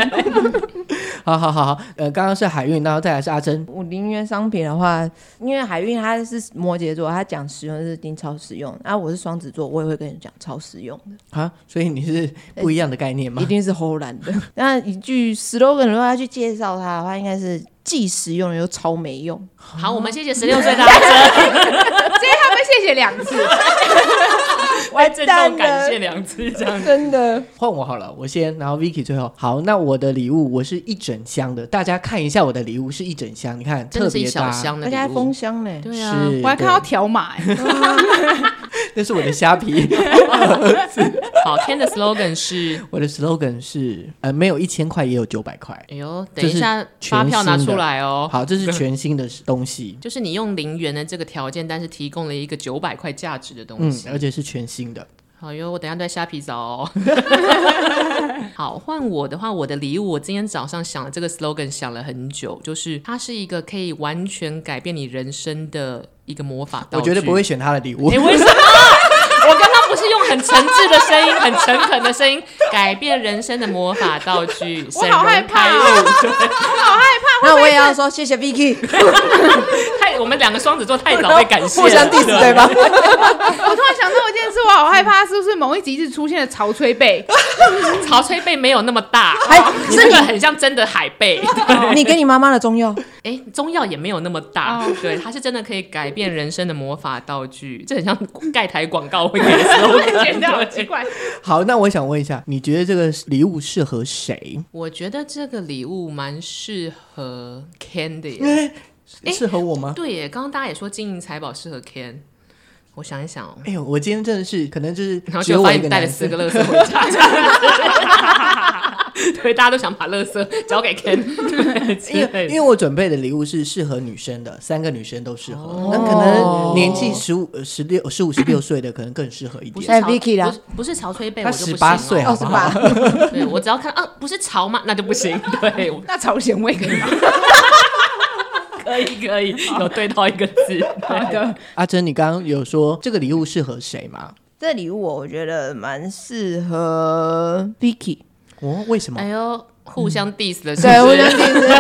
Speaker 1: 好好好好，呃，刚刚是海运，然后再来是阿珍。
Speaker 5: 我零元商品的话，因为海运它是摩羯座，它讲实用是一定超实用。啊，我是双子座，我也会跟你讲超实用的，
Speaker 1: 啊，所以你是不一样的概念吗
Speaker 5: 一？定是偷懒的。那一句 slogan 如果要去介绍它的话，应该是既实用又超没用。
Speaker 2: 好，我们谢谢十六岁 的阿珍，
Speaker 4: 所以他们谢谢两次，
Speaker 2: 我郑重感谢两次这样子。
Speaker 5: 真的，
Speaker 1: 换我好了，我先，然后 Vicky 最后。好，那我的礼物我是一整箱的，大家看一下我的礼物是一整箱，你看
Speaker 2: 真的
Speaker 1: 特
Speaker 2: 是一
Speaker 1: 别
Speaker 2: 小
Speaker 1: 大，
Speaker 2: 箱的
Speaker 5: 而且还
Speaker 2: 礼物
Speaker 5: 封，箱嘞。
Speaker 2: 对啊，
Speaker 1: 是，
Speaker 4: 我 还看到
Speaker 1: 对
Speaker 4: 条码、欸，
Speaker 1: 那是我的虾皮，
Speaker 2: 啊 好，天的 slogan 是，
Speaker 1: 我的 slogan 是呃，没有一千块也有九百块。
Speaker 2: 哎呦，等
Speaker 1: 这
Speaker 2: 一
Speaker 1: 是
Speaker 2: 下发票拿出来哦。
Speaker 1: 好，这是全新的东西，
Speaker 2: 就是你用零元的这个条件，但是提供了一个九百块价值的东
Speaker 1: 嗯
Speaker 2: 西，。
Speaker 1: 而且是全新的。
Speaker 2: 好哟，我等一下都在虾皮找 哦。好，换我的话，我的礼物，我今天早上想了这个 slogan 想了很久，就是它是一个可以完全改变你人生的一个魔法道
Speaker 1: 我
Speaker 2: 具。
Speaker 1: 绝对不会。选他的礼物
Speaker 2: 哎、，为什么？我刚刚不是用很诚挚的声音、很诚恳的声音， 改变人生的魔法道具，
Speaker 4: 我好害怕哦
Speaker 2: 省容开路。
Speaker 5: 那我也要说谢谢 Vicky，
Speaker 2: 对太，我们两个双子座太早被感谢了，
Speaker 5: 互相 diss 对吧？
Speaker 4: 我突然想到一件事，我好害怕，是不是某一集一直出现了潮吹背？
Speaker 2: 曹吹背没有那么大，
Speaker 5: 哎
Speaker 2: 你那个很像真的海贝。
Speaker 5: 你给你妈妈的中 药，
Speaker 2: 哎，中药也没有那么大，对，它是真的可以改变人生的魔法道具，这很像盖台广告会给的
Speaker 4: 剪掉
Speaker 2: slogan
Speaker 4: 好奇
Speaker 2: 对
Speaker 4: 怪，
Speaker 1: 好，那我想问一下，你觉得这个礼物适合谁？
Speaker 2: 我觉得这个礼物蛮适合 Ken 的耶，
Speaker 1: 哎适合我吗？
Speaker 2: 对耶，刚刚大家也说金银财宝适合 Ken，我想一想哦。
Speaker 1: 哎呦，我今天真的是，可能就是
Speaker 2: 然后
Speaker 1: 只
Speaker 2: 就
Speaker 1: 有
Speaker 2: 发
Speaker 1: 我一
Speaker 2: 现
Speaker 1: 个
Speaker 2: 你带了
Speaker 1: 男
Speaker 2: 四
Speaker 1: 生
Speaker 2: 个。乐色回家， 对，大家都想把乐色交给 Ken，
Speaker 1: 因
Speaker 2: 对，
Speaker 1: 为因为我准备的礼物是适合女生的，三个女生都适合。
Speaker 2: 哦
Speaker 1: 那可能年纪十五、呃十六、十五、十六岁的可能更适合一
Speaker 2: 不是
Speaker 1: 点。
Speaker 5: 哎
Speaker 2: 曹
Speaker 5: Vicky 啦
Speaker 2: 不是不是曹崔贝，
Speaker 1: 他
Speaker 2: 我就不
Speaker 1: 18
Speaker 2: 行哦
Speaker 1: 岁啊好
Speaker 5: 二
Speaker 1: 不
Speaker 5: 十
Speaker 1: 好
Speaker 5: 八，
Speaker 2: 对我只要看啊，不是潮吗？那就不行。 对，我
Speaker 4: 那朝鲜味可以吗？
Speaker 2: 可以可以，有对到一个字。好的，
Speaker 1: 阿珍，你刚刚有说这个礼物适合谁吗？
Speaker 5: 这礼物我觉得蛮适合 Vicky。
Speaker 1: 哦，为什么？
Speaker 2: 哎呦，互
Speaker 1: 嗯
Speaker 2: 相 diss 了，是不
Speaker 5: 对，我想
Speaker 2: 是？
Speaker 5: 听。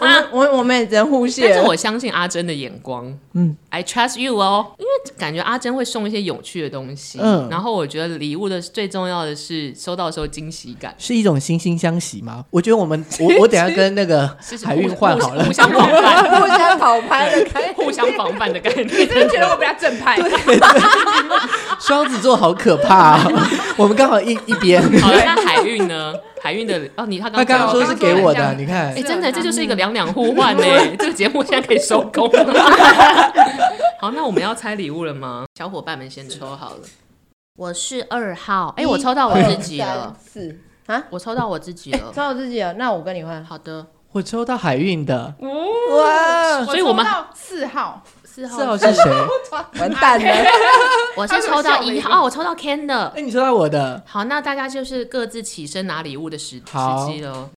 Speaker 5: 我们我我们也只能互
Speaker 2: 但是
Speaker 5: 谢。
Speaker 2: 我相信阿珍的眼光，嗯，I trust you 哦，因为感觉阿珍会送一些有趣的东西，
Speaker 1: 嗯
Speaker 2: 然后我觉得礼物的最重要的是收到的时候惊喜感，
Speaker 1: 是一种惺惺相惜吗？我觉得我们，我我 等一下跟那个
Speaker 2: 是
Speaker 1: 海运换好了
Speaker 2: 互。相防范，
Speaker 5: 互相跑拍的 开，
Speaker 2: 互相防范的概
Speaker 4: 你
Speaker 2: 念。
Speaker 4: 真的觉得我比较正派？
Speaker 1: 双子座好可怕、啊，我们刚好一一边。
Speaker 2: 好了，那海运呢？海运的哦，你他
Speaker 1: 他
Speaker 2: 刚
Speaker 1: 刚刚
Speaker 2: 讲
Speaker 1: 说是给我的，
Speaker 4: 刚刚
Speaker 1: 你看
Speaker 2: 哎、，真
Speaker 4: 啊
Speaker 2: 的，这就是一个两两互换呢、 这个节目现在可以收工了。好，那我们要拆礼物了吗？小伙伴们先抽好了。我是二号，哎、我抽到我自己了，
Speaker 5: 四啊，
Speaker 2: 我抽到我自己了。
Speaker 5: 抽我自己了，那我跟你换。
Speaker 2: 哎好的，
Speaker 1: 我抽到海运的，
Speaker 5: 哇，
Speaker 2: 所以我们
Speaker 4: 抽到四号，
Speaker 2: 四
Speaker 1: 四
Speaker 2: 号
Speaker 1: 号，是谁？
Speaker 5: 完蛋了！
Speaker 2: 我是抽到一
Speaker 4: 他怎么笑了
Speaker 2: 号，哦，我抽到 Ken 的。
Speaker 1: 哎，你抽到我的，
Speaker 2: 好，那大家就是各自起身拿礼物的时时
Speaker 1: 好
Speaker 2: 机了。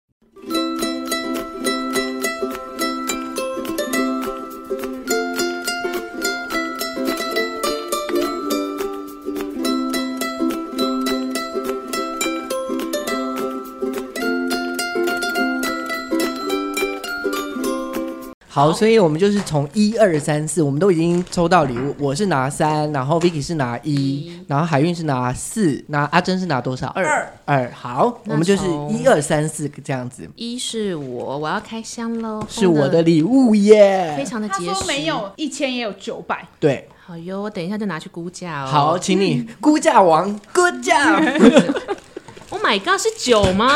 Speaker 1: 好，所以我们就是从一二三四，我们都已经抽到礼物。我是拿三，然后 Vicky 是拿一，然后海运是拿四，那阿珍是拿多少？
Speaker 2: 二
Speaker 1: 二。好，
Speaker 2: 那
Speaker 1: 我们就是
Speaker 2: 从
Speaker 1: 一二三四这样子，
Speaker 2: 一是我，我要开箱喽，
Speaker 1: 是我的
Speaker 2: 的，
Speaker 1: 礼物耶
Speaker 2: 非。常的
Speaker 4: 他
Speaker 2: 结
Speaker 4: 说
Speaker 2: 实。
Speaker 4: 没，有一千也有九百，
Speaker 1: 对，
Speaker 2: 好哟，我等一下就拿去估价哦。
Speaker 1: 好，请你估价王估 价。
Speaker 2: ，Oh my god，是酒吗？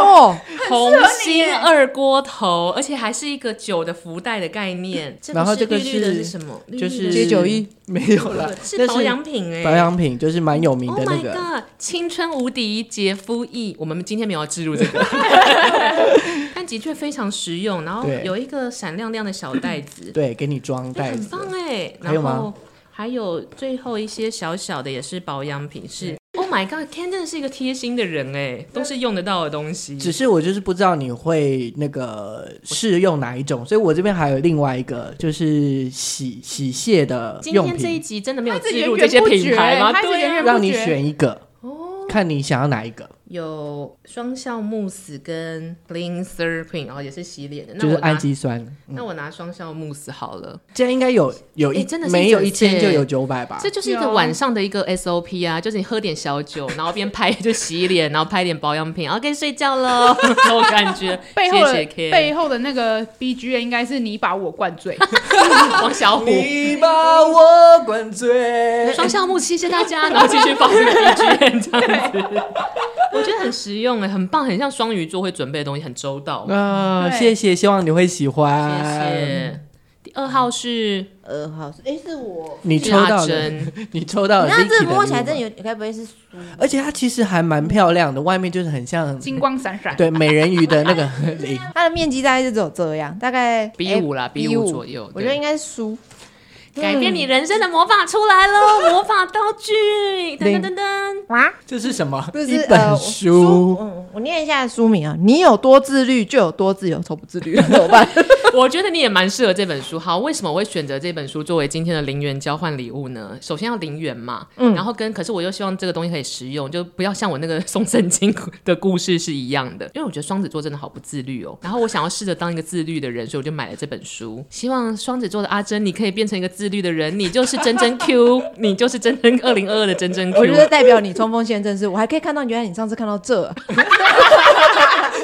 Speaker 5: 哦，
Speaker 2: 红心二锅头，而且还是一个酒的福袋的概念。
Speaker 1: 然后
Speaker 2: 这
Speaker 1: 这个
Speaker 2: 是绿绿的
Speaker 1: 是
Speaker 2: 是什么？绿绿
Speaker 1: 就
Speaker 2: 的
Speaker 1: 是
Speaker 5: 接 九一
Speaker 1: 没有啦，
Speaker 2: 是
Speaker 1: 那
Speaker 2: 保养品哎、
Speaker 1: 保养品，就是蛮有名
Speaker 2: Oh
Speaker 1: 的那
Speaker 2: my
Speaker 1: 个。
Speaker 2: god！青春无敌洁肤液，我们今天没有要置入这个， 但的确非常实用。然后
Speaker 1: 对
Speaker 2: 有一个闪亮亮的小袋子，
Speaker 1: 对，给你装
Speaker 2: 哎
Speaker 1: 袋
Speaker 2: 很
Speaker 1: 子
Speaker 2: 棒。哎、
Speaker 1: 还有
Speaker 2: 然
Speaker 1: 吗
Speaker 2: 后还有最后一些小小的也是保养品，是 Oh my god！Ken 真的是一个贴心的人哎、都是用得到的东西。
Speaker 1: 只是我就是不知道你会那个试用哪一种，所以我这边还有另外一个就是洗洗卸的
Speaker 2: 今
Speaker 1: 用
Speaker 2: 天这一
Speaker 1: 品，
Speaker 2: 集真的没有
Speaker 4: 他一直
Speaker 2: 置入
Speaker 4: 源
Speaker 2: 这
Speaker 4: 源
Speaker 2: 些
Speaker 4: 不
Speaker 2: 品
Speaker 4: 绝
Speaker 2: 牌吗？
Speaker 4: 他一直
Speaker 2: 对啊
Speaker 4: 源
Speaker 2: 呀、
Speaker 4: 源不
Speaker 1: 让你选一个，
Speaker 2: 哦，
Speaker 1: 看你想要哪一个。
Speaker 2: 有双效慕斯跟 Cleanser Queen，哦，也是洗脸的。那
Speaker 1: 就是
Speaker 2: 我拿
Speaker 1: 氨基酸。
Speaker 2: 那我拿双效慕斯好了，
Speaker 1: 这样应该有有一、
Speaker 2: 诶真的是
Speaker 1: 没
Speaker 2: 一
Speaker 1: 有
Speaker 2: 整
Speaker 1: 一千
Speaker 2: 件
Speaker 1: 就有九百
Speaker 4: 啊
Speaker 1: 吧？
Speaker 2: 这就是一个晚上的一个 SOP 啊，就是你喝点小 酒，然后边拍就洗脸，然后拍点保养品，然后可以睡觉喽， 这种感觉。
Speaker 4: 背后的
Speaker 2: 谢谢 K，
Speaker 4: 背后的那个 B G M 应该是你把我灌 醉，
Speaker 2: 王小虎。
Speaker 1: 你把我灌醉。
Speaker 2: 双向木，谢谢大家，然后继续放这个 BGM 这样子，我觉得很实用哎，很棒，很像双鱼座会准备的东西，很周到。
Speaker 1: 啊，
Speaker 4: 对啊
Speaker 1: 谢谢，希望你会喜欢。
Speaker 2: 谢谢。第二号是
Speaker 5: 二号是，哎，是我。
Speaker 1: 你
Speaker 2: 是
Speaker 1: 抽到
Speaker 2: 阿
Speaker 1: 了，
Speaker 2: 珍，
Speaker 1: 你抽到了。
Speaker 5: 那这摸起来真的，有，该不会是书？
Speaker 1: 而且它其实还蛮漂亮的，外面就是很像
Speaker 4: 金光闪闪。
Speaker 1: 对美人鱼的那个 领。
Speaker 5: 它的面积大概就只有这样，大概
Speaker 2: B5 啦
Speaker 5: B5
Speaker 2: B5 左右
Speaker 5: 我觉得
Speaker 2: 对
Speaker 5: 应该是书。
Speaker 2: 改
Speaker 4: 嗯
Speaker 2: 变你人生的魔法出来 喽！魔法道具，噔噔噔噔，
Speaker 1: 这是什么？
Speaker 5: 不是
Speaker 1: 一
Speaker 5: 呃
Speaker 1: 本书。
Speaker 5: 嗯，我念一下书名啊，你有多自律，就有多自 由，超不自律怎么办？
Speaker 2: 我觉得你也蛮适合这本书。好，为什么我会选择这本书作为今天的零元交换礼物呢？首先要零元嘛，
Speaker 5: 嗯
Speaker 2: 然后跟可是我又希望这个东西可以实用，就不要像我那个送圣经的故事是一样的。因为我觉得双子座真的好不自律哦。然后我想要试着当一个自律的人，所以我就买了这本书。希望双子座的阿珍，你可以变成一个自律的人，你就是真真 Q，你就是真真二零二二的真真 Q。
Speaker 5: 我觉得代表你冲锋陷阵是，我还可以看到，原来你上次看到这 啊，
Speaker 2: 我书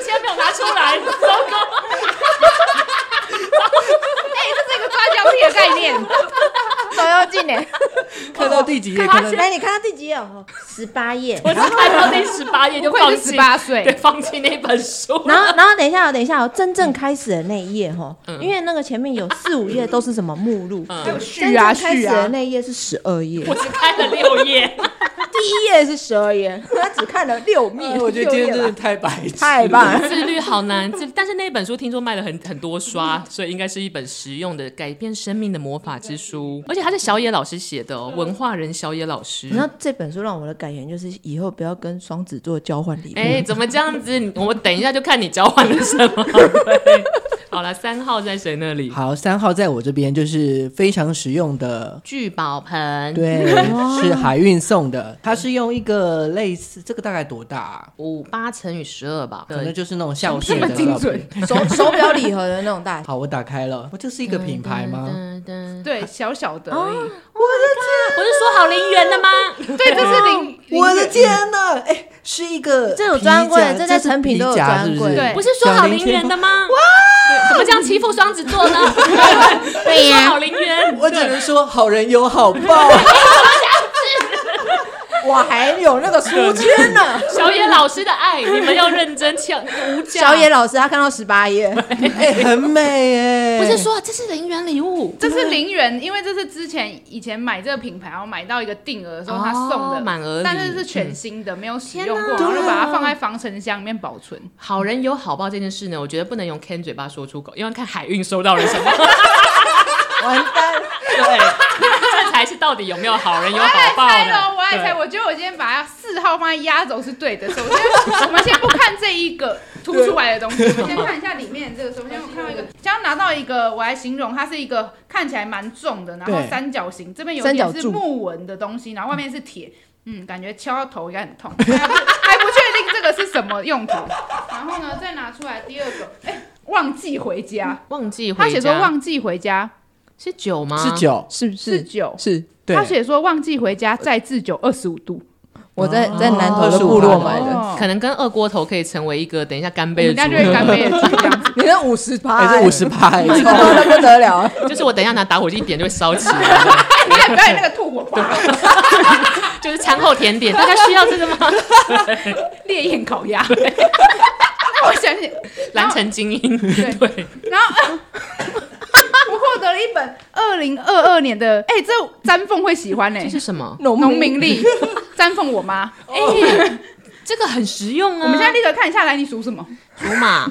Speaker 2: 签没有拿出来，糟糕。
Speaker 4: 这个抓交替的概念，
Speaker 5: 照妖镜呢？
Speaker 1: 看到第几页？ 看到
Speaker 5: 来，你看到第几页？哦，十八 页。
Speaker 2: 我是看到第十八页就
Speaker 4: 不愧
Speaker 2: 放
Speaker 4: 是
Speaker 2: 弃，
Speaker 4: 18岁
Speaker 2: 对，放弃那本书。
Speaker 5: 然后，然后等一下哦，等一下哦，真正开始的那一页哈，因为那个前面有四五页都是什么目录，真
Speaker 4: 续
Speaker 5: 正
Speaker 4: 啊
Speaker 5: 开始
Speaker 4: 续
Speaker 5: 的
Speaker 4: 啊，
Speaker 5: 那一页是十二页，
Speaker 2: 我只看了六页，
Speaker 5: 第一页是十二 页，他只看了六
Speaker 1: 哎
Speaker 5: 面，
Speaker 1: 我觉得今天
Speaker 5: 六页
Speaker 1: 真的
Speaker 5: 吧
Speaker 1: 太白痴，
Speaker 5: 太棒。了。
Speaker 2: 自律好难。自但是那本书听说卖了很很多 刷，所以应该是一本实用的改变生命的魔法之书。而且它是小野老师写的哦，文化人小野老师
Speaker 5: 你。
Speaker 4: 嗯
Speaker 5: 知道这本书让我的感言就是，以后不要跟双子座交换礼物。
Speaker 2: 哎、怎么这样子？你我等一下就看你交换了什么。 对好了，三号在谁那里？
Speaker 1: 好，三号在我这边就是非常实用的。
Speaker 2: 聚宝盆，，
Speaker 1: 对，是海运送的，它是用一个类似这个大概多大啊、
Speaker 2: 五八乘以十二吧。
Speaker 1: 可能
Speaker 2: 对，
Speaker 1: 就是那种相
Speaker 4: 这
Speaker 1: 片
Speaker 4: 么
Speaker 1: 的
Speaker 4: 精
Speaker 1: 照片。
Speaker 4: 准。
Speaker 5: 手手表礼盒的那种大小。
Speaker 1: 好，我打开了，我这是一个品牌吗？
Speaker 2: 噔？噔噔
Speaker 4: 对，小小的而
Speaker 2: 哦
Speaker 4: 已。
Speaker 2: 不是说好零元的吗？
Speaker 4: 对，这是零。
Speaker 2: 啊
Speaker 1: 我的
Speaker 4: 零元
Speaker 1: 天呐！哎、是一个
Speaker 5: 这有
Speaker 1: 皮
Speaker 5: 专柜
Speaker 1: 夹
Speaker 5: 这在
Speaker 1: 是
Speaker 5: 成品
Speaker 1: 皮
Speaker 5: 都有
Speaker 1: 夹
Speaker 5: 专
Speaker 1: 是不
Speaker 5: 柜
Speaker 1: 是？
Speaker 4: 对
Speaker 2: 不是说好零元的吗？哇，怎么这样欺负双子座呢？ 对呀，说好零元，
Speaker 1: 我只能说好人有好报。
Speaker 5: 我还有那个书签呢。
Speaker 2: 小野老师的爱，你们要认真抢，无价。
Speaker 5: 小野老师他看到十 八页，
Speaker 1: 哎、很美哎、
Speaker 2: 不是说这是零元礼物，
Speaker 4: 这是零元，因为这是之前以前买这个品牌，然后买到一个定额的时候他送
Speaker 2: 哦
Speaker 4: 的
Speaker 2: 满额礼
Speaker 4: 但是是全新的，没有使用过，
Speaker 2: 天哪
Speaker 4: 然后就把它放在防尘箱里面保存。
Speaker 2: 好人有好报这件事呢，我觉得不能用 Ken 嘴巴说出口，因为看海运收到了什 么，
Speaker 5: 完蛋！
Speaker 2: 这才是到底有没有好人有好报
Speaker 4: 猜
Speaker 2: 呢
Speaker 4: 喽，？我爱猜，
Speaker 2: 对
Speaker 4: 我觉得我今天把四号放在压轴是对的。首先，我们先不看这一个凸出来的东西，我们先看一下里面这个。首先，我看到一个，将要拿到一个，我来形容它是一个看起来蛮重的，然后
Speaker 1: 对
Speaker 4: 三角形，这边有
Speaker 5: 三角
Speaker 4: 点
Speaker 5: 柱
Speaker 4: 是木纹的东西，然后外面是铁，嗯，感觉敲到头应该很痛，还不还不确定这个是什么用途。然后呢，再拿出来第二个，哎，忘记回家，
Speaker 2: 忘记回家，
Speaker 4: 他写说忘记回家
Speaker 2: 是酒吗？
Speaker 1: 是，酒，
Speaker 5: 是不
Speaker 4: 是酒。
Speaker 5: 是，
Speaker 1: 对，
Speaker 4: 他写说忘记回家，再制酒二十五度。
Speaker 5: 我在在南投
Speaker 1: 哦
Speaker 5: 的部落买的，
Speaker 4: 哦
Speaker 2: 可能跟二锅头可以成为一个等一下干
Speaker 4: 我
Speaker 2: 杯
Speaker 4: 们
Speaker 2: 的
Speaker 4: 家
Speaker 2: 主
Speaker 4: 就会干
Speaker 2: 题，
Speaker 4: 杯了，这 样子。
Speaker 5: 你那五十
Speaker 1: 哎、
Speaker 5: 趴，
Speaker 1: 这五十趴，哎
Speaker 5: 这多的不得了。 啊
Speaker 2: 就是我等一下拿打火机一点就会烧起 来。
Speaker 4: 你看哎表演那个吐火花，
Speaker 2: 就是餐后甜点，大家需要这个 吗？
Speaker 4: 烈焰烤鸭。那 我想起，
Speaker 2: 蓝城精英，
Speaker 4: 对
Speaker 2: 对，
Speaker 4: 然后、呃 我获得了一本二零二二年的，哎、这詹凤会喜欢呢、
Speaker 2: 这是什么？
Speaker 5: 农
Speaker 4: 农民力，詹凤我 妈。
Speaker 2: 哎，这个很实用啊！
Speaker 4: 我们现在立刻看一下来，你属什么？
Speaker 2: 在竹马。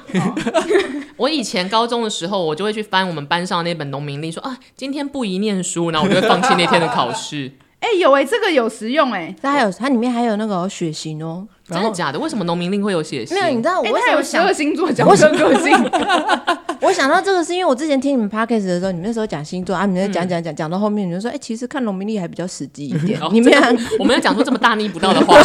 Speaker 2: 我以前高中的时候，我就会去翻我们班上那本农民历，说啊，今天不宜念书，然后我就会放弃那天的考 试。
Speaker 4: 哎、有哎、这个有实用哎、
Speaker 5: 它还有它里面还有那个哦血型哦，
Speaker 2: 真的假的？为什么农民历会有写信
Speaker 4: 哦
Speaker 5: 没？有，你知道我
Speaker 4: 哎、
Speaker 5: 为
Speaker 4: 它
Speaker 5: 什
Speaker 4: 有
Speaker 5: 么
Speaker 4: 十
Speaker 5: 想
Speaker 4: 二？星座角色个性，
Speaker 5: 我想到这个是因为我之前听你们 podcast 的时候，你们那时候讲星座啊，你们
Speaker 2: 嗯
Speaker 5: 讲讲讲讲到后面，你们说，哎、其实看农民历还比较实际一点
Speaker 2: 哦。
Speaker 5: 你们
Speaker 2: 这
Speaker 5: 俩
Speaker 2: 个我们要讲出这么大逆不道的 话，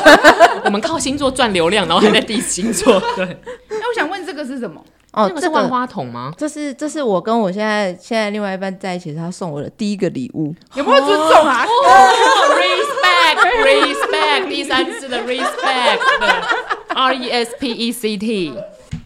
Speaker 2: 我们靠星座赚流量，然后还在地星座，对，
Speaker 4: 哎，我想问这个是什么？
Speaker 5: 哦，
Speaker 2: 那个
Speaker 5: 这
Speaker 2: 是万
Speaker 5: 个
Speaker 2: 花筒吗？
Speaker 5: 这是这是我跟我现在现在另外一半在一起，他送我的第一个礼物。
Speaker 4: 有没有尊重啊？
Speaker 2: 哦，respect，respect，第三次的 respect，r e s p e c t。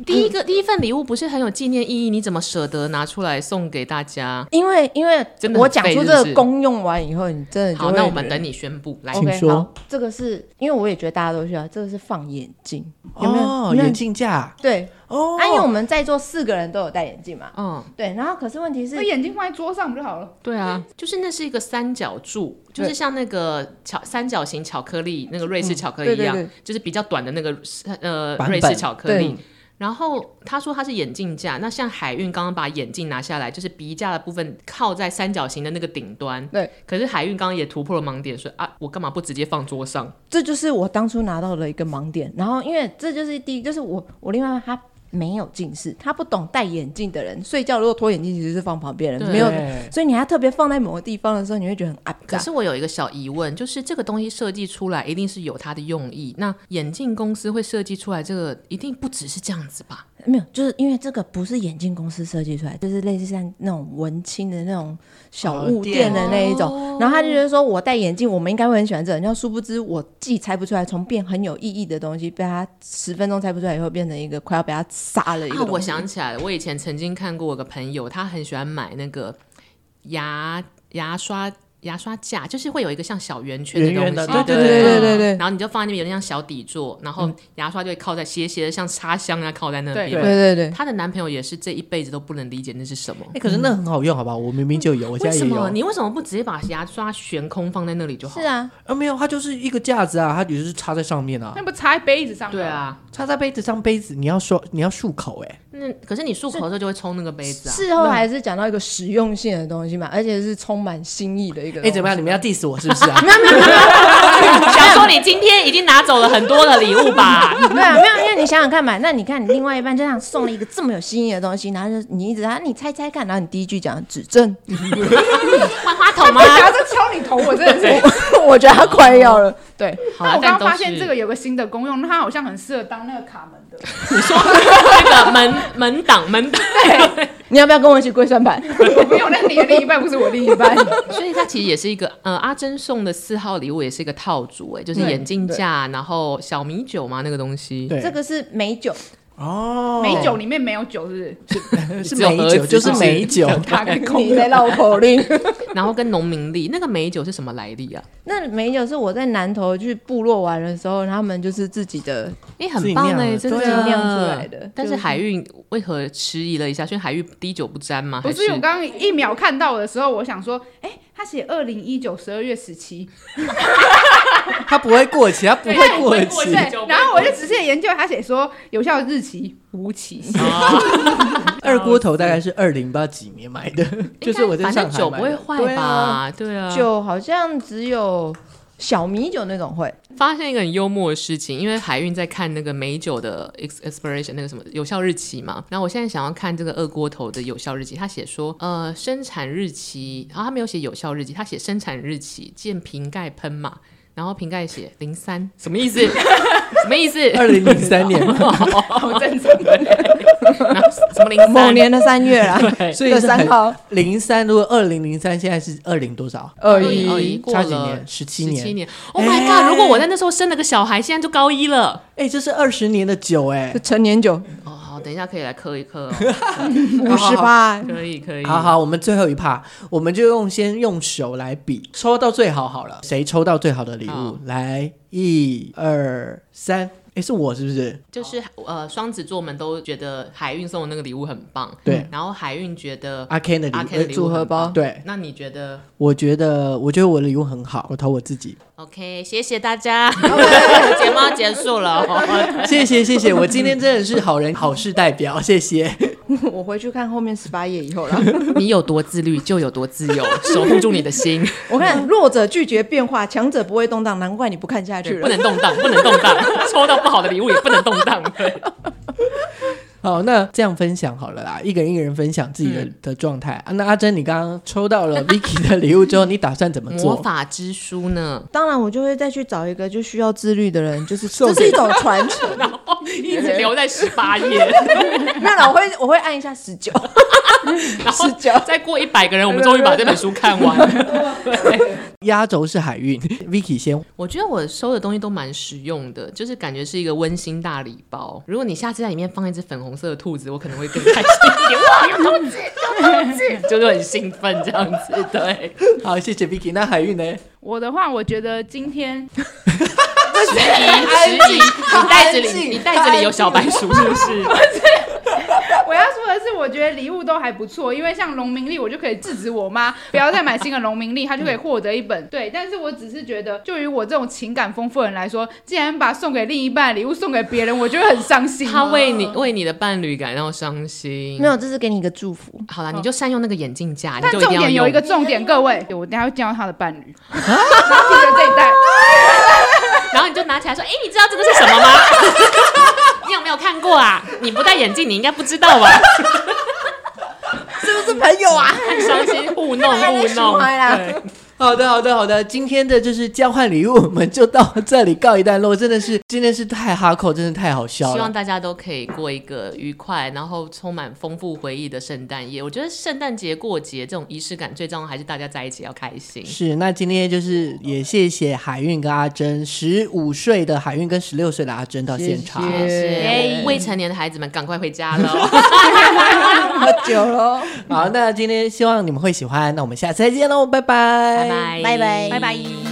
Speaker 2: 第一个第一份礼物不是很有纪念意义，你怎么舍得拿出来送给大家？
Speaker 5: 因为因为
Speaker 2: 真的很
Speaker 5: 我讲
Speaker 2: 废
Speaker 5: 出
Speaker 2: 是
Speaker 5: 这
Speaker 2: 不
Speaker 5: 个
Speaker 2: 是
Speaker 5: 功用完以后，你真的就
Speaker 2: 好，
Speaker 5: 会
Speaker 2: 那我们
Speaker 5: 忍
Speaker 2: 等你宣布来。
Speaker 1: 请
Speaker 5: OK，
Speaker 1: 说
Speaker 5: 好这个是因为我也觉得大家都需要，这个是放眼镜，有没有？
Speaker 1: 哦，
Speaker 5: 有没有
Speaker 1: 眼镜架
Speaker 5: 对，
Speaker 1: 哦，
Speaker 5: 啊，因为我们在座四个人都有戴眼镜嘛，
Speaker 2: 嗯，
Speaker 5: 对。然后可是问题
Speaker 2: 哦
Speaker 5: 是
Speaker 4: 把，眼睛放在桌上不就好了？
Speaker 2: 对啊，就是那是一个三角柱，就是
Speaker 5: 对
Speaker 2: 像那个巧三角形巧克力，那个瑞士巧克力
Speaker 5: 对
Speaker 2: 一
Speaker 5: 对
Speaker 2: 样，
Speaker 5: 对，
Speaker 2: 就是比较短的那个呃
Speaker 1: 版本
Speaker 2: 瑞士巧克力
Speaker 5: 对。
Speaker 2: 然后他说他是眼镜架，那像海运刚刚把眼镜拿下来，就是鼻架的部分靠在三角形的那个顶端。
Speaker 5: 对。
Speaker 2: 可是海运刚刚也突破了盲点，说啊，我干嘛不直接放桌上？
Speaker 5: 这就是我当初拿到的一个盲点。然后因为这就是第一，就是我我另外他没有近视，他不懂戴眼镜的人睡觉如果脱眼镜其实是放旁边人
Speaker 2: 对
Speaker 5: 没有，
Speaker 1: 对
Speaker 5: 所以你还特别放在某个地方的时候，你会觉得很尴
Speaker 2: 可
Speaker 5: 尬。
Speaker 2: 是我有一个小疑问，就是这个东西设计出来一定是有它的用意。那眼镜公司会设计出来这个，一定不只是这样子吧？
Speaker 5: 没有，就是因为这个不是眼镜公司设计出来，就是类似像那种文青的那种小物店的那一种。然后他就觉得说，我戴眼镜，我们应该会很喜欢这个。然后殊不知，我既猜不出来，从变很有意义的东西，被他十分钟猜不出来以后，变成一个快要被他杀了一个
Speaker 2: 啊，
Speaker 5: 东西、
Speaker 2: 我想起来了，我以前曾经看过我个朋友，他很喜欢买那个牙牙刷牙刷架，就是会有一个像小圆圈的
Speaker 1: 圆
Speaker 2: 东西，
Speaker 1: 圆的
Speaker 5: 对
Speaker 2: 对
Speaker 5: 对对对对对
Speaker 2: 然后你就放在那边，有点像小底座，然后牙刷就会靠在斜斜的，像插香啊，靠在那
Speaker 1: 对
Speaker 2: 边。
Speaker 5: 对对对，
Speaker 2: 她的男朋友也是这一辈子都不能理解那是什么。
Speaker 1: 哎，可是那很好用，好不好？我明明就有，我现
Speaker 2: 为
Speaker 1: 在
Speaker 2: 什
Speaker 1: 也有
Speaker 2: 么。你为什么不直接把牙刷悬空放在那里就好？
Speaker 5: 是，啊，
Speaker 1: 啊，没有，它就是一个架子啊，它就是插在上面啊
Speaker 4: 那，不插在杯子上？
Speaker 2: 对，啊，
Speaker 1: 插在杯子上，杯子你要说你要漱口哎、
Speaker 2: 那可是你漱口的时候就会冲那个杯子啊。
Speaker 5: 事后还是讲到一个实用性的东西嘛，而且是充满新意的一个。
Speaker 1: 哎、怎么样？你们要 diss 我是不是啊？
Speaker 2: 想说你今天已经拿走了很多的礼物 吧？
Speaker 5: 对啊，没有，因为你想想看嘛，那你看你另外一半就这样送了一个这么有新意的东西，然后就你一直啊，你猜猜看，然后你第一句讲指正，
Speaker 2: 万花筒吗啊
Speaker 4: 我？想要再敲你头，我真的是。
Speaker 5: 我觉得他快要了。对，
Speaker 2: 好
Speaker 4: 那
Speaker 2: 啦
Speaker 4: 我刚
Speaker 2: 但
Speaker 4: 刚
Speaker 2: 都
Speaker 4: 发现
Speaker 2: 是
Speaker 4: 这个有个新的功用，那它好像很适合当那个卡门的。
Speaker 2: 你说那个门门挡门挡，
Speaker 5: 你要不要跟我一起跪算盘？
Speaker 4: 我没有，那你的另一半不是我另一半。
Speaker 2: 所以它其实也是一个呃，阿珍送的四号礼物也是一个套组，哎，就是
Speaker 5: 对
Speaker 2: 眼镜架，然后小米酒嘛那个东西，
Speaker 1: 对，
Speaker 5: 这个是美酒，
Speaker 1: 哦，
Speaker 4: 美酒里面没有酒，是
Speaker 1: 是
Speaker 2: 只有
Speaker 1: 美
Speaker 2: 盒
Speaker 1: 酒，
Speaker 2: 子
Speaker 1: 就是
Speaker 2: 是不是
Speaker 1: 美酒。
Speaker 4: 不是？打个空
Speaker 5: 你在绕口令。
Speaker 2: 然后跟农民历那个美酒是什么来历啊？
Speaker 5: 那美酒是我在南头去部落玩的时候，他们就是自己的，
Speaker 2: 哎，很棒哎，
Speaker 1: 自己
Speaker 2: 真
Speaker 1: 酿的
Speaker 2: 的
Speaker 1: 对啊
Speaker 5: 酿出来的
Speaker 2: 但
Speaker 5: 就是是
Speaker 2: 海运为何迟疑了一下？所以海运滴酒不沾吗？
Speaker 4: 不
Speaker 2: 还
Speaker 4: 是，我刚刚一秒看到的时候，我想说，哎、他写二零一九十二月十七，
Speaker 1: 它不会过期，它不会过
Speaker 2: 不会过
Speaker 1: 期
Speaker 2: 期。
Speaker 4: 对，然后我就仔细地研究，他写说有效日期无期，
Speaker 1: 二锅头大概是二零不知道几年买的，就是我在
Speaker 2: 反
Speaker 1: 上
Speaker 2: 正
Speaker 1: 海
Speaker 2: 酒
Speaker 1: 买
Speaker 2: 不会
Speaker 1: 的
Speaker 2: 坏
Speaker 1: 对啊
Speaker 2: 吧？对啊，
Speaker 5: 酒好像只有小米酒那种会。
Speaker 2: 发现一个很幽默的事情，因为海运在看那个美酒的 ex- expiration 那个什么有效日期嘛，然后我现在想要看这个二锅头的有效日期，他写说呃生产日期，然后他没有写有效日期，他写生产日期，见瓶盖喷嘛，然后瓶盖写零三，什么意思？什么意思？
Speaker 1: 二零零三年，
Speaker 4: 好正常。
Speaker 2: 然后什么零
Speaker 5: 呃某
Speaker 2: 三？
Speaker 5: 年的三月啦，
Speaker 1: 所以
Speaker 5: 的
Speaker 1: 是
Speaker 5: 三号，
Speaker 1: 零三。如果二零零三现在是二零多少？
Speaker 5: 二
Speaker 2: 一二
Speaker 5: 一
Speaker 2: 一。过
Speaker 1: 差几
Speaker 2: 了
Speaker 1: 年？十七
Speaker 2: 十七
Speaker 1: 年。
Speaker 2: 年，Oh my god！、如果我在那时候生了个小孩，现在就高一了。
Speaker 1: 哎，这是二十年的酒哎
Speaker 5: 是。成年 酒，
Speaker 2: 哦，好，等一下可以来磕一磕哦，
Speaker 5: 五十八，
Speaker 2: 可以可以。
Speaker 1: 好好，我们最后一趴，我们就用先用手来比，抽到最好好了，谁抽到最好的礼物
Speaker 2: 好？
Speaker 1: 来，一二三，哎，是我是不是？
Speaker 2: 就是呃，双子座们都觉得海运送的那个礼物很棒，
Speaker 1: 对，
Speaker 2: 然后海运觉得
Speaker 1: 阿 Ken 的
Speaker 2: 阿
Speaker 1: 礼
Speaker 2: Ken 的
Speaker 1: 物呃
Speaker 2: 礼物
Speaker 5: 组合
Speaker 2: 很棒
Speaker 5: 包
Speaker 1: 对，
Speaker 2: 那你觉得
Speaker 1: 我觉得，我觉得我的礼物很好，我投我自己。
Speaker 2: ？OK，谢谢大家，节目要结 束 了哦。
Speaker 1: 谢谢谢谢，我今天真的是好人好事代表，谢谢。
Speaker 5: 我回去看后面十八页以后啦。
Speaker 2: 你有多自律，就有多自由，守护住你的心，
Speaker 5: 我看弱者拒绝变化，强者不会动荡，难怪你不看下去
Speaker 2: 对，
Speaker 5: 了。
Speaker 2: 不能动荡，不能动荡，抽到不好的礼物也不能动荡。对，
Speaker 1: 好，那这样分享好了啦，一个人一个人分享自己的、
Speaker 2: 嗯
Speaker 1: 的状态、啊。那阿珍，你刚刚抽到 了 Vicky 的礼物之后，你打算怎么
Speaker 2: 魔
Speaker 1: 做？
Speaker 2: 法之书呢？
Speaker 5: 当然，我就会再去找一个就需要自律的人，就是
Speaker 1: 送
Speaker 5: 这是一种传承。
Speaker 2: 然
Speaker 1: 哦
Speaker 2: 后一直留在十 八页，
Speaker 5: 没有啦，我会我会按一下十九，
Speaker 2: 然后
Speaker 5: 十九。
Speaker 2: 再过一百个人，我们 终于把这本书看完了。
Speaker 1: 压轴是海运，Vicky 先。
Speaker 2: 我觉得我收的东西都蛮实用的，就是感觉是一个温馨大礼包。如果你下次在里面放一只粉红色的兔子，我可能会更开心一点。哇，有兔子，有兔子，就是很兴奋这样子。对，
Speaker 1: 好，谢谢 Vicky。那海运呢？
Speaker 4: 我的话，我觉得今天
Speaker 2: 十一，十一，你袋子里，你袋子里有小白鼠是不是？
Speaker 4: 我要说的是，我觉得礼物都还不错，因为像农民历，我就可以制止我 妈不要再买新的农民历，她就可以获得一本。对，但是我只是觉得，就于我这种情感丰富的人来说，竟然把送给另一半的礼物送给别人，我就会很伤心。啊
Speaker 2: 他为你为你的伴侣感到伤心。
Speaker 5: 没有，这是给你一个祝福。
Speaker 2: 好啦，你就善用那个眼镜架，你
Speaker 4: 但
Speaker 2: 就
Speaker 4: 重
Speaker 2: 定要
Speaker 4: 点有
Speaker 2: 用
Speaker 4: 一个重点，各位，我等一下会见到他的 伴侣，然后听着这一代，
Speaker 2: 然后你就拿起来说：“哎、你知道这个是什么吗？ 你有没有看过啊？你不戴眼镜，你应该不知道吧？
Speaker 5: 是 不是朋友啊？
Speaker 2: 很伤心，糊弄糊弄。
Speaker 5: 啦。
Speaker 1: 好的，好的，好的。今天的就是交换礼物，我们就到这里告一段落。真的是，真的是太哈扣，真的太好笑
Speaker 2: 希望
Speaker 1: 了。
Speaker 2: 大家都可以过一个愉快，然后充满丰富回忆的圣诞夜。我觉得圣诞节过节这种仪式感，最重要还是大家在一起要开心。
Speaker 1: 是，那今天就是也谢谢海运跟阿珍，十五岁的海运跟十六岁的阿珍到现场。
Speaker 2: 也
Speaker 5: 耶
Speaker 2: 是未成年的孩子们，赶快回家喽！
Speaker 5: 喝酒喽，
Speaker 1: 好，那今天希望你们会喜欢，那我们下次再见喽，拜
Speaker 2: 拜拜，
Speaker 5: 拜拜
Speaker 4: 拜拜。